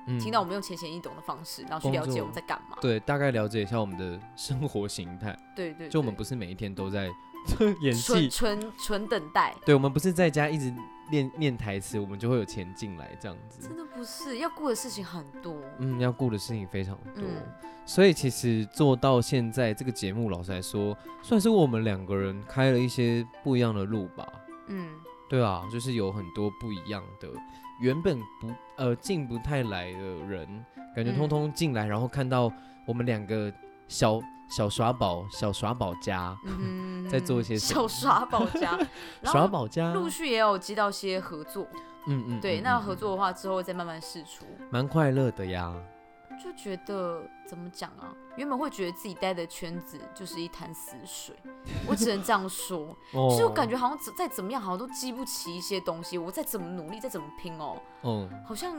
F: 嗯，
G: 听到我们用浅显易懂的方式，然后去了
F: 工
G: 解
F: 作
G: 我们在干嘛。
F: 对大概了解一下我们的生活形态，
G: 对对，
F: 就我们
G: 对
F: 不是每一天都在 演戏
G: 纯，纯纯等待，
F: 对，我们不是在家一直念念台词，我们就会有钱进来这样子。
G: 真的不是要顾的事情很多。
F: 嗯，要顾的事情非常多，
G: 嗯
F: 所以其实做到现在这个节目，老实来说，算是我们两个人开了一些不一样的路吧。
G: 嗯
F: 对啊，就是有很多不一样的，原本不呃进不太来的人，感觉
G: 嗯
F: 通通进来，然后看到我们两个小小耍宝、小耍宝家、
G: 嗯
F: 在做一 些什
G: 小
F: 么
G: 耍宝 家，嗯然后
F: 耍宝家，
G: 陆续也有接到些合作，
F: 嗯嗯，
G: 对，
F: 嗯
G: 那
F: 嗯
G: 合作的话之后再慢慢试出，
F: 蛮快乐的呀。
G: 就觉得怎么讲啊？原本会觉得自己待的圈子就是一潭死水，我只能这样说。
F: 哦
G: 就是我感觉好像怎再怎么样，好像都激不起一些东西。我再怎么努力，再怎么拼哦，
F: 嗯，
G: 好像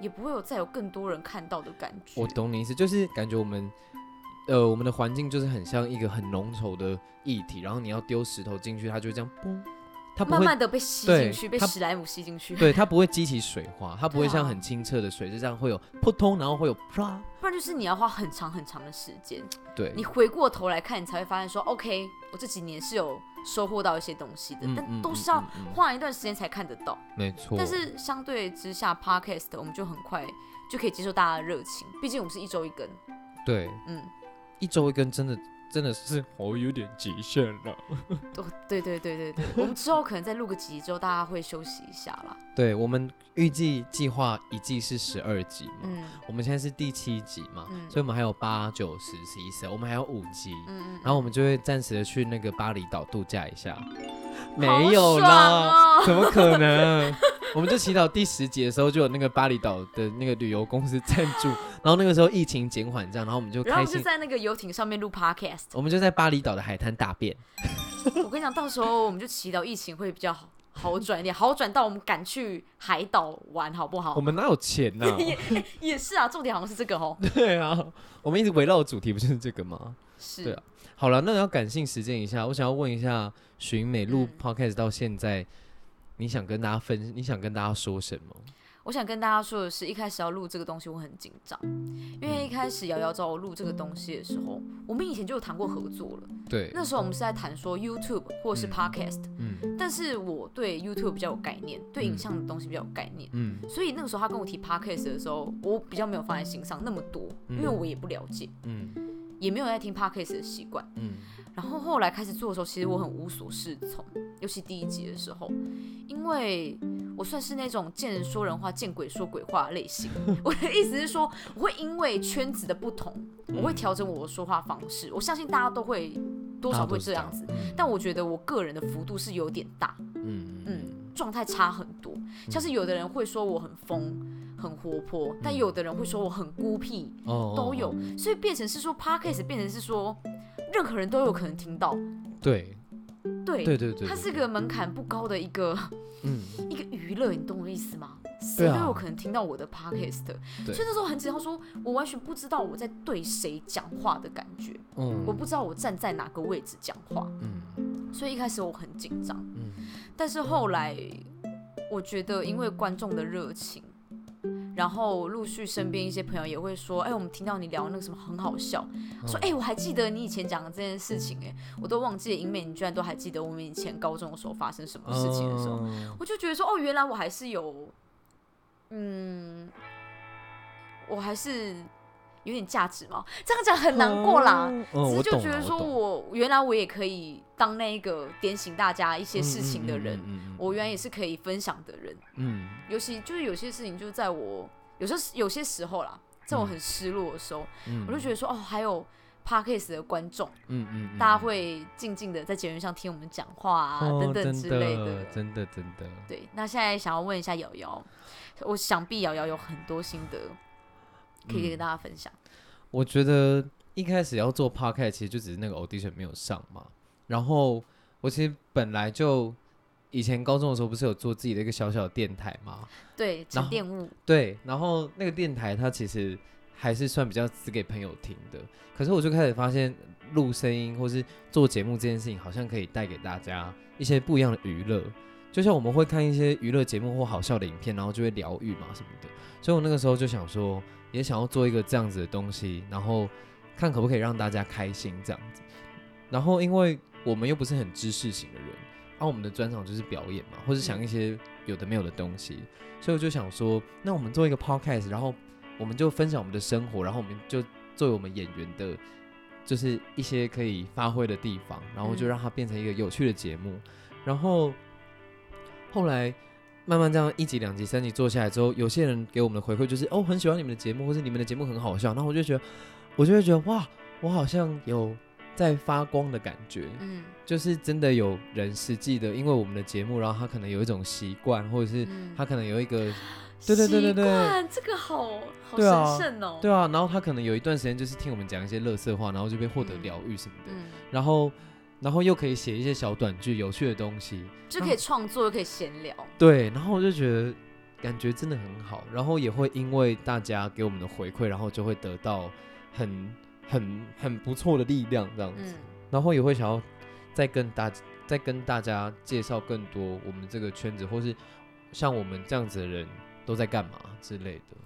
G: 也不会有再有更多人看到的感觉。
F: 我懂你意思，就是感觉我们，呃，我们的环境就是很像一个很浓稠的液体，然后你要丢石头进去，它就会这样嘣，它不
G: 慢
F: 会，
G: 慢的被吸
F: 对
G: 进去，被
F: 它
G: 史莱姆吸进去，
F: 对，它不会激起水花，它不会
G: 对啊
F: 像很清澈的水，就这样会有扑通，然后会有啪，
G: 不然就是你要花很长很长的时间。
F: 对
G: 你，回过头来看，你才会发现说，OK，我这几年是有收获到一些东西的，
F: 嗯嗯
G: 但都
F: 嗯
G: 是要
F: 嗯嗯
G: 花一段时间才看得到。
F: 没错，
G: 但是相对之下，Podcast 我们就很快就可以接受大家的热情，毕竟我们是一周一更，
F: 对，
G: 嗯，
F: 一周一根真的真的是我有点极限了。
G: 哦，对对对对对，我们之后可能再录个几集之后，大家会休息一下啦，
F: 对我们预计计划一季是十二集嘛，
G: 嗯
F: 我们现在是第七集嘛，
G: 嗯
F: 所以我们还有八九十十一十二，我们还有五集，
G: 嗯嗯，
F: 然后我们就会暂时的去那个巴厘岛度假一下。
G: 好
F: 没有啦，
G: 爽哦
F: 怎么可能？ 我们就祈祷第十集的时候就有那个巴厘岛的那个旅游公司赞助，然后那个时候疫情减缓这样，然后我们就
G: 然后
F: 开
G: 我们就
F: 心，
G: 在那个游艇上面录 Podcast，
F: 我们就在巴厘岛的海滩大便。
G: 我跟你讲，到时候我们就祈祷疫情会比较好，好转一点，好转到我们敢去海岛玩，好不好
F: 我？们哪有钱 呐、
G: 也是啊，重点好像是这个哦。
F: 对啊，我们一直围绕的主题不就是这个吗？
G: 是，
F: 对啊好了，那要感性实践一下，我想要问一下，寻美录
G: 嗯
F: podcast 到现在，你想跟大家分，你想跟大家说什么？
G: 我想跟大家说的是，一开始要录这个东西，我很紧张，因为一开始瑶瑶找我录这个东西的时候，我们以前就有谈过合作了。
F: 对，
G: 那时候我们是在谈说 YouTube 或者是
F: 嗯
G: Podcast，、
F: 嗯
G: 但是我对 YouTube 比较有概念，对影像的东西比较有概念，
F: 嗯
G: 所以那个时候他跟我提 Podcast 的时候，我比较没有放在心上那么多，因为
F: 嗯
G: 我也不了解，
F: 嗯
G: 也没有在听 Podcast 的习惯。
F: 嗯
G: 然后后来开始做的时候，其实我很无所适从，尤其第一集的时候，因为我算是那种见人说人话、见鬼说鬼话的类型。我的意思是说，我会因为圈子的不同，我
F: 嗯
G: 会调整我说话方式。我相信大家都会多少会这样子
F: 大家都是这样，
G: 但我觉得我个人的幅度是有点大，
F: 嗯嗯
G: 嗯，状态差很多。像是有的人会说我很疯、很活泼，但有的人会说我很孤僻，
F: 哦嗯哦，
G: 嗯都有
F: 哦，
G: 所以变成是说 podcast 变成是说任何人都有可能听到，
F: 对
G: 对，
F: 对对对，
G: 它是
F: 对
G: 个门槛不高的一个
F: 嗯
G: 一个娱乐，你懂我的意思吗？
F: 对
G: 谁
F: 啊
G: 都有可能听到我的 podcast，、
F: 对
G: 所以那时候很紧张，说我完全不知道我在对谁讲话的感觉，
F: 嗯
G: 我不知道我站在哪个位置讲话，
F: 嗯
G: 所以一开始我很紧张，
F: 嗯
G: 但是后来我觉得因为观众的热情。然后陆续身边一些朋友也会说，哎、我们听到你聊那个什么很好笑，说
F: 嗯
G: 哎、欸我还记得你以前讲的这件事情、欸，哎，我都忘记了。英美，你居然都还记得我们以前高中的时候发生什么事情的时候，
F: 哦
G: 我就觉得说，哦，原来我还是有，嗯，我还是有点价值嘛。这样讲很难过啦，
F: 哦我
G: 只是就
F: 懂
G: 觉
F: 了
G: 得说
F: 懂
G: 我原来我也可以当那一个点醒大家一些事情的人，
F: 嗯嗯嗯嗯嗯嗯
G: 我原来也是可以分享的人。
F: 嗯
G: 尤其就是有些事情，就是在我有时候有些时候啦，在我很失落的时候，
F: 嗯，
G: 我就觉
F: 得
G: 得说，哦，还有 podcast 的观众，
F: 嗯嗯，嗯
G: 大家会静静的在节目上听我们讲话啊、
F: 哦
G: 等等
F: 真
G: 之类
F: 的，真的真的，
G: 对，那现在想要问一下瑶瑶，我想必瑶瑶有很多心得可以
F: 嗯
G: 跟大家分享。
F: 我觉得一开始要做 podcast，其实就只是那个 audition 没有上嘛。然后我其实本来就以前高中的时候不是有做自己的一个小小的电台嘛，
G: 对，
F: 然
G: 沉
F: 后
G: 淀物，
F: 对。然后那个电台它其实还是算比较只给朋友听的，可是我就开始发现录声音或是做节目这件事情，好像可以带给大家一些不一样的娱乐。就像我们会看一些娱乐节目或好笑的影片，然后就会疗愈嘛什么的。所以我那个时候就想说，也想要做一个这样子的东西，然后看可不可以让大家开心这样子。然后因为我们又不是很知识型的人，啊，我们的专长就是表演嘛，或是想一些有的没有的东西，所以我就想说，那我们做一个 podcast，然后我们就分享我们的生活，然后我们就作为我们演员的，就是一些可以发挥的地方，然后就
G: 嗯
F: 让它变成一个有趣的节目。然后后来慢慢这样一集、两集、三集做下来之后，有些人给我们的回馈就是哦，很喜欢你们的节目，或是你们的节目很好笑，那我就觉得，我就会觉得哇，我好像有在发光的感觉，
G: 嗯
F: 就是真的有人实际的，因为我们的节目，然后他可能有一种习惯，或者是
G: 嗯，
F: 他可能有一个，对对对对对
G: 习惯，这个好好
F: 对啊
G: 神圣哦。
F: 对啊，然后他可能有一段时间就是听我们讲一些乐色话，然后就被获得疗愈什么的，
G: 嗯，
F: 然后然后又可以写一些小短剧、有趣的东西，
G: 就可以创作，又可以闲聊。
F: 对，然后我就觉得感觉真的很好，然后也会因为大家给我们的回馈，然后就会得到很很很不错的力量这样子，
G: 嗯
F: 然后也会想要再跟大再跟大家介绍更多我们这个圈子，或是像我们这样子的人都在干嘛之类的，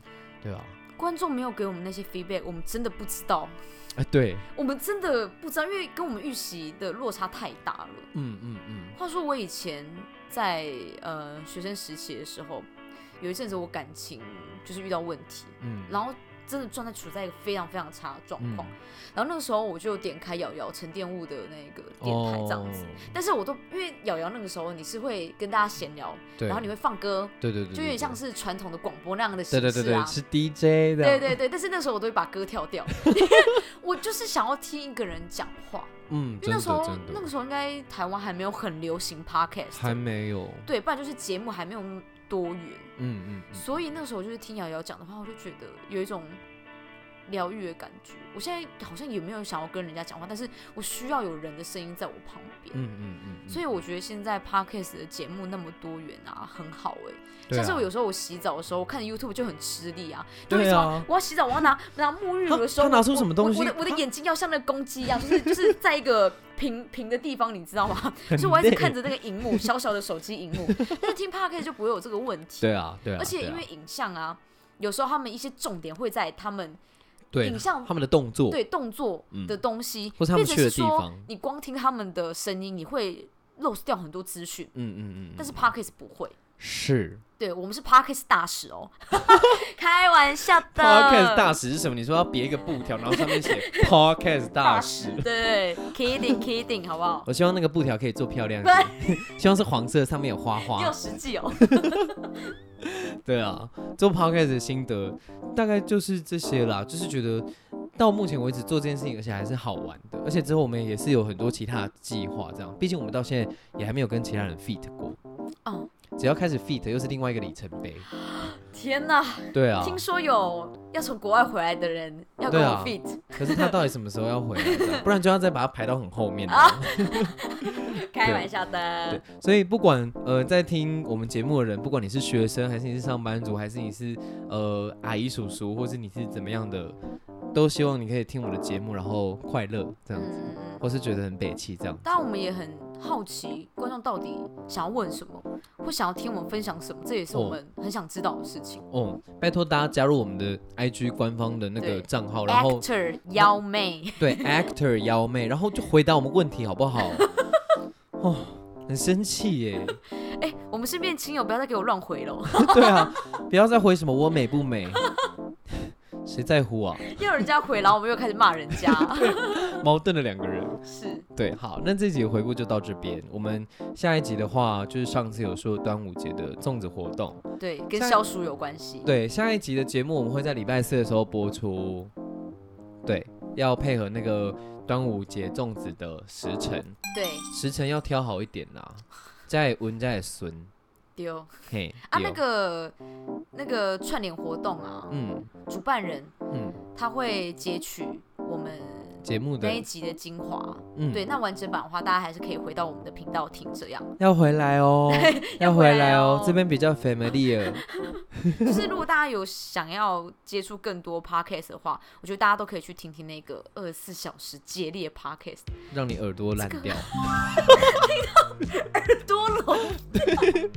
F: 对啊，
G: 观众没有给我们那些 feedback，我们真的不知道，
F: 哎、对，
G: 我们真的不知道，因为跟我们预习的落差太大了。
F: 嗯嗯嗯，
G: 话说我以前在呃学生时期的时候，有一阵子我感情就是遇到问题，
F: 嗯，
G: 然后真的状态处在一个非常非常差的状
F: 嗯
G: 况。然后那个时候我就点开瑶瑶沉淀物的那个电台这样子，
F: 哦
G: 但是我都因为瑶瑶那个时候你是会跟大家闲聊，
F: 对，
G: 然后你会放歌，
F: 对对对对，
G: 就有
F: 对
G: 点像。是传统的广播那样的形
F: 对对
G: 式
F: 对
G: 啊。
F: 对，是 DJ 的，
G: 对对对，但是那时候我都会把歌跳掉， 我就是想要听一个人讲话，
F: 嗯，真
G: 因为那
F: 的
G: 时候
F: 真的，
G: 那个时候应该台湾还没有很流行 podcast，
F: 还没有，
G: 对，不然就是节目还没有那么多元，
F: 嗯嗯嗯，
G: 所以那时候我就是听瑶瑶讲的话，我就觉得有一种疗愈的感觉。我现在好像也没有想要跟人家讲话，但是我需要有人的声音在我旁边。
F: 嗯嗯嗯嗯，
G: 所以我觉得现在 podcast 的节目那么多元啊，很好哎、
F: 对
G: 像是
F: 啊
G: 我有时候我洗澡的时候，我看 YouTube 就很吃力啊，就
F: 对
G: 会说、
F: 啊
G: 我要洗澡，我要拿拿沐浴乳的时候，
F: 他他拿出
G: 我
F: 什么东西
G: 我我的我的
F: 他
G: 眼睛要像那个公鸡一样，就是就是在一个平平的地方，你知道吗？所
F: 很
G: 以我一直
F: 累
G: 看着那个荧幕，小小的手机荧 幕，但是听 podcast 就不会有这个问题。
F: 对啊对啊，
G: 而且
F: 对啊
G: 因为影像啊，有时候他们一些重点会在他们
F: 对
G: 影像
F: 他们的动作，
G: 对动作的东西，
F: 嗯或是他们去
G: 变成
F: 的
G: 是
F: 地
G: 说
F: 方
G: 你光听他们的声音，你会 lose 掉很多资讯，
F: 嗯嗯嗯，
G: 但
F: 是
G: 是 podcast 不会。
F: 是
G: 对我们是 podcast 大使哦， 开玩笑的。
F: podcast 大使是什么？你说要别一个布条，然后上面 写 podcast 大使。
G: 对，kidding kidding，好 不好？
F: 我希望那个布条可以做漂亮一点， 希望是黄色，上面有花
G: 你有
F: 花。
G: 实际哦，
F: 对啊，做 podcast 的心得大概就是这些啦，就是觉得到目前为止做这件事情，而且还是好玩的，而且之后我们也是有很多其他的计划，这样，毕竟我们到现在也还没有跟其他人 fit 过。
G: 哦，
F: 只要开始 fit 又是另外一个里程 碑。
G: 天哪！
F: 对啊，
G: 听说 有要从国外回来的人要
F: 对
G: 跟我
F: 啊
G: fit，、
F: 可是他到底什么时候要回来这样？不然就要再把它排到很后 面了。
G: 开玩笑的
F: 对。，
G: 嗯
F: 所以不管呃在听我们节目的人，不管你是学生还是你是上班族，还是你是呃阿姨叔叔，或是你是怎么样的，都希望你可以听我的节目，然后快乐这样子，
G: 嗯嗯嗯。
F: 或是觉得很北气这样。
G: 当然，我们也很好奇观众到底想要问什么，或想要听我们分享什么，这也是我们很想知道的事情。
F: 哦，拜托大家加入我们的 IG 官方的那个
G: 对
F: 账号，哦然后
G: Actor 妖妹，
F: 对 actor 妖妹，然后就回答我们问题好不好？哦，很生气耶。
G: 哎、我们身边的亲友不要再给我乱回了，
F: 对啊，不要再回什么我美不美， 谁在乎啊？
G: 又有人家回，然后我们又开始骂人 家。
F: 矛盾的两个人。
G: 是，
F: 对，好，那这集的回顾就到这边。我们下一集的话，就是上次有说端午节的粽子活动。
G: 对，跟
F: 像
G: 消暑有关系。
F: 对，下一集的节目我们会在礼拜四的时候播出。对，要配合那个端午节粽子的时辰，
G: 对，
F: 时辰要挑好一点啦，在文在孙，
G: 丢
F: 嘿，
G: 啊，
F: 对
G: 那
F: 哦
G: 个那个串联活动啊，
F: 嗯
G: 主办人
F: 嗯，
G: 他会截取我们
F: 节目的
G: 那一集的精华。
F: 嗯
G: 对，那完整版的话，大家还是可以回到我们的频道听这样。
F: 要回来哦，要回来
G: 要回来哦
F: 哦，这边比较 family 了。
G: 就是如果大家有想要接触更多 podcast 的话，我觉得大家都可以去听听那个二十四小时接力的 podcast，
F: 让你耳朵烂 掉。
G: 多聋，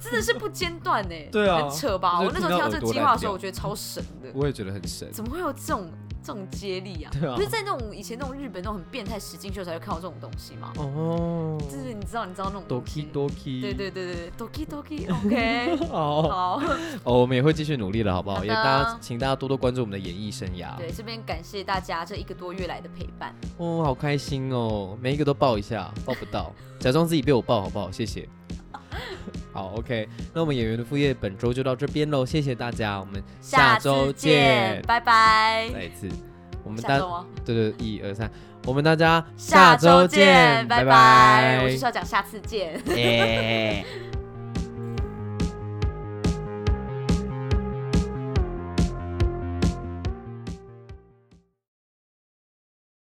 G: 真的是不间断呢。
F: 对啊
G: 很扯吧？
F: 就
G: 我
F: 是
G: 那时
F: 听
G: 候
F: 到
G: 听到
F: 耳
G: 这个
F: 朵
G: 计划
F: 烂
G: 的时候，
F: 掉
G: 我觉得超神的，
F: 我也觉得很神。
G: 怎么会有这种这种接力啊？
F: 对啊
G: 不是在那种以前那种日本那种很变态实境秀才会看到这种东西吗？
F: 哦
G: 就是你知道你知道那种东西
F: ，doki doki。
G: 对对对对对，doki doki，OK，、
F: 好
G: 好，
F: 哦，我们也会继续努力了，好不
G: 好
F: 好？
G: 的
F: 也大家，请大家多多关注我们的演艺生涯。
G: 对，这边感谢大家这一个多月来的陪伴。
F: 哦，好开心哦，每一个都抱一下，抱不到，假装自己被我抱，好不好？谢谢。好，OK，那我们演员的副业本周就到这边喽，谢谢大家，我们周
G: 次见，拜拜。
F: 再一次，我们
G: 下
F: 大
G: 周哦吗？
F: 对对，一二三，我们大家
G: 下周见，拜拜。我就是要讲下次见。
F: 耶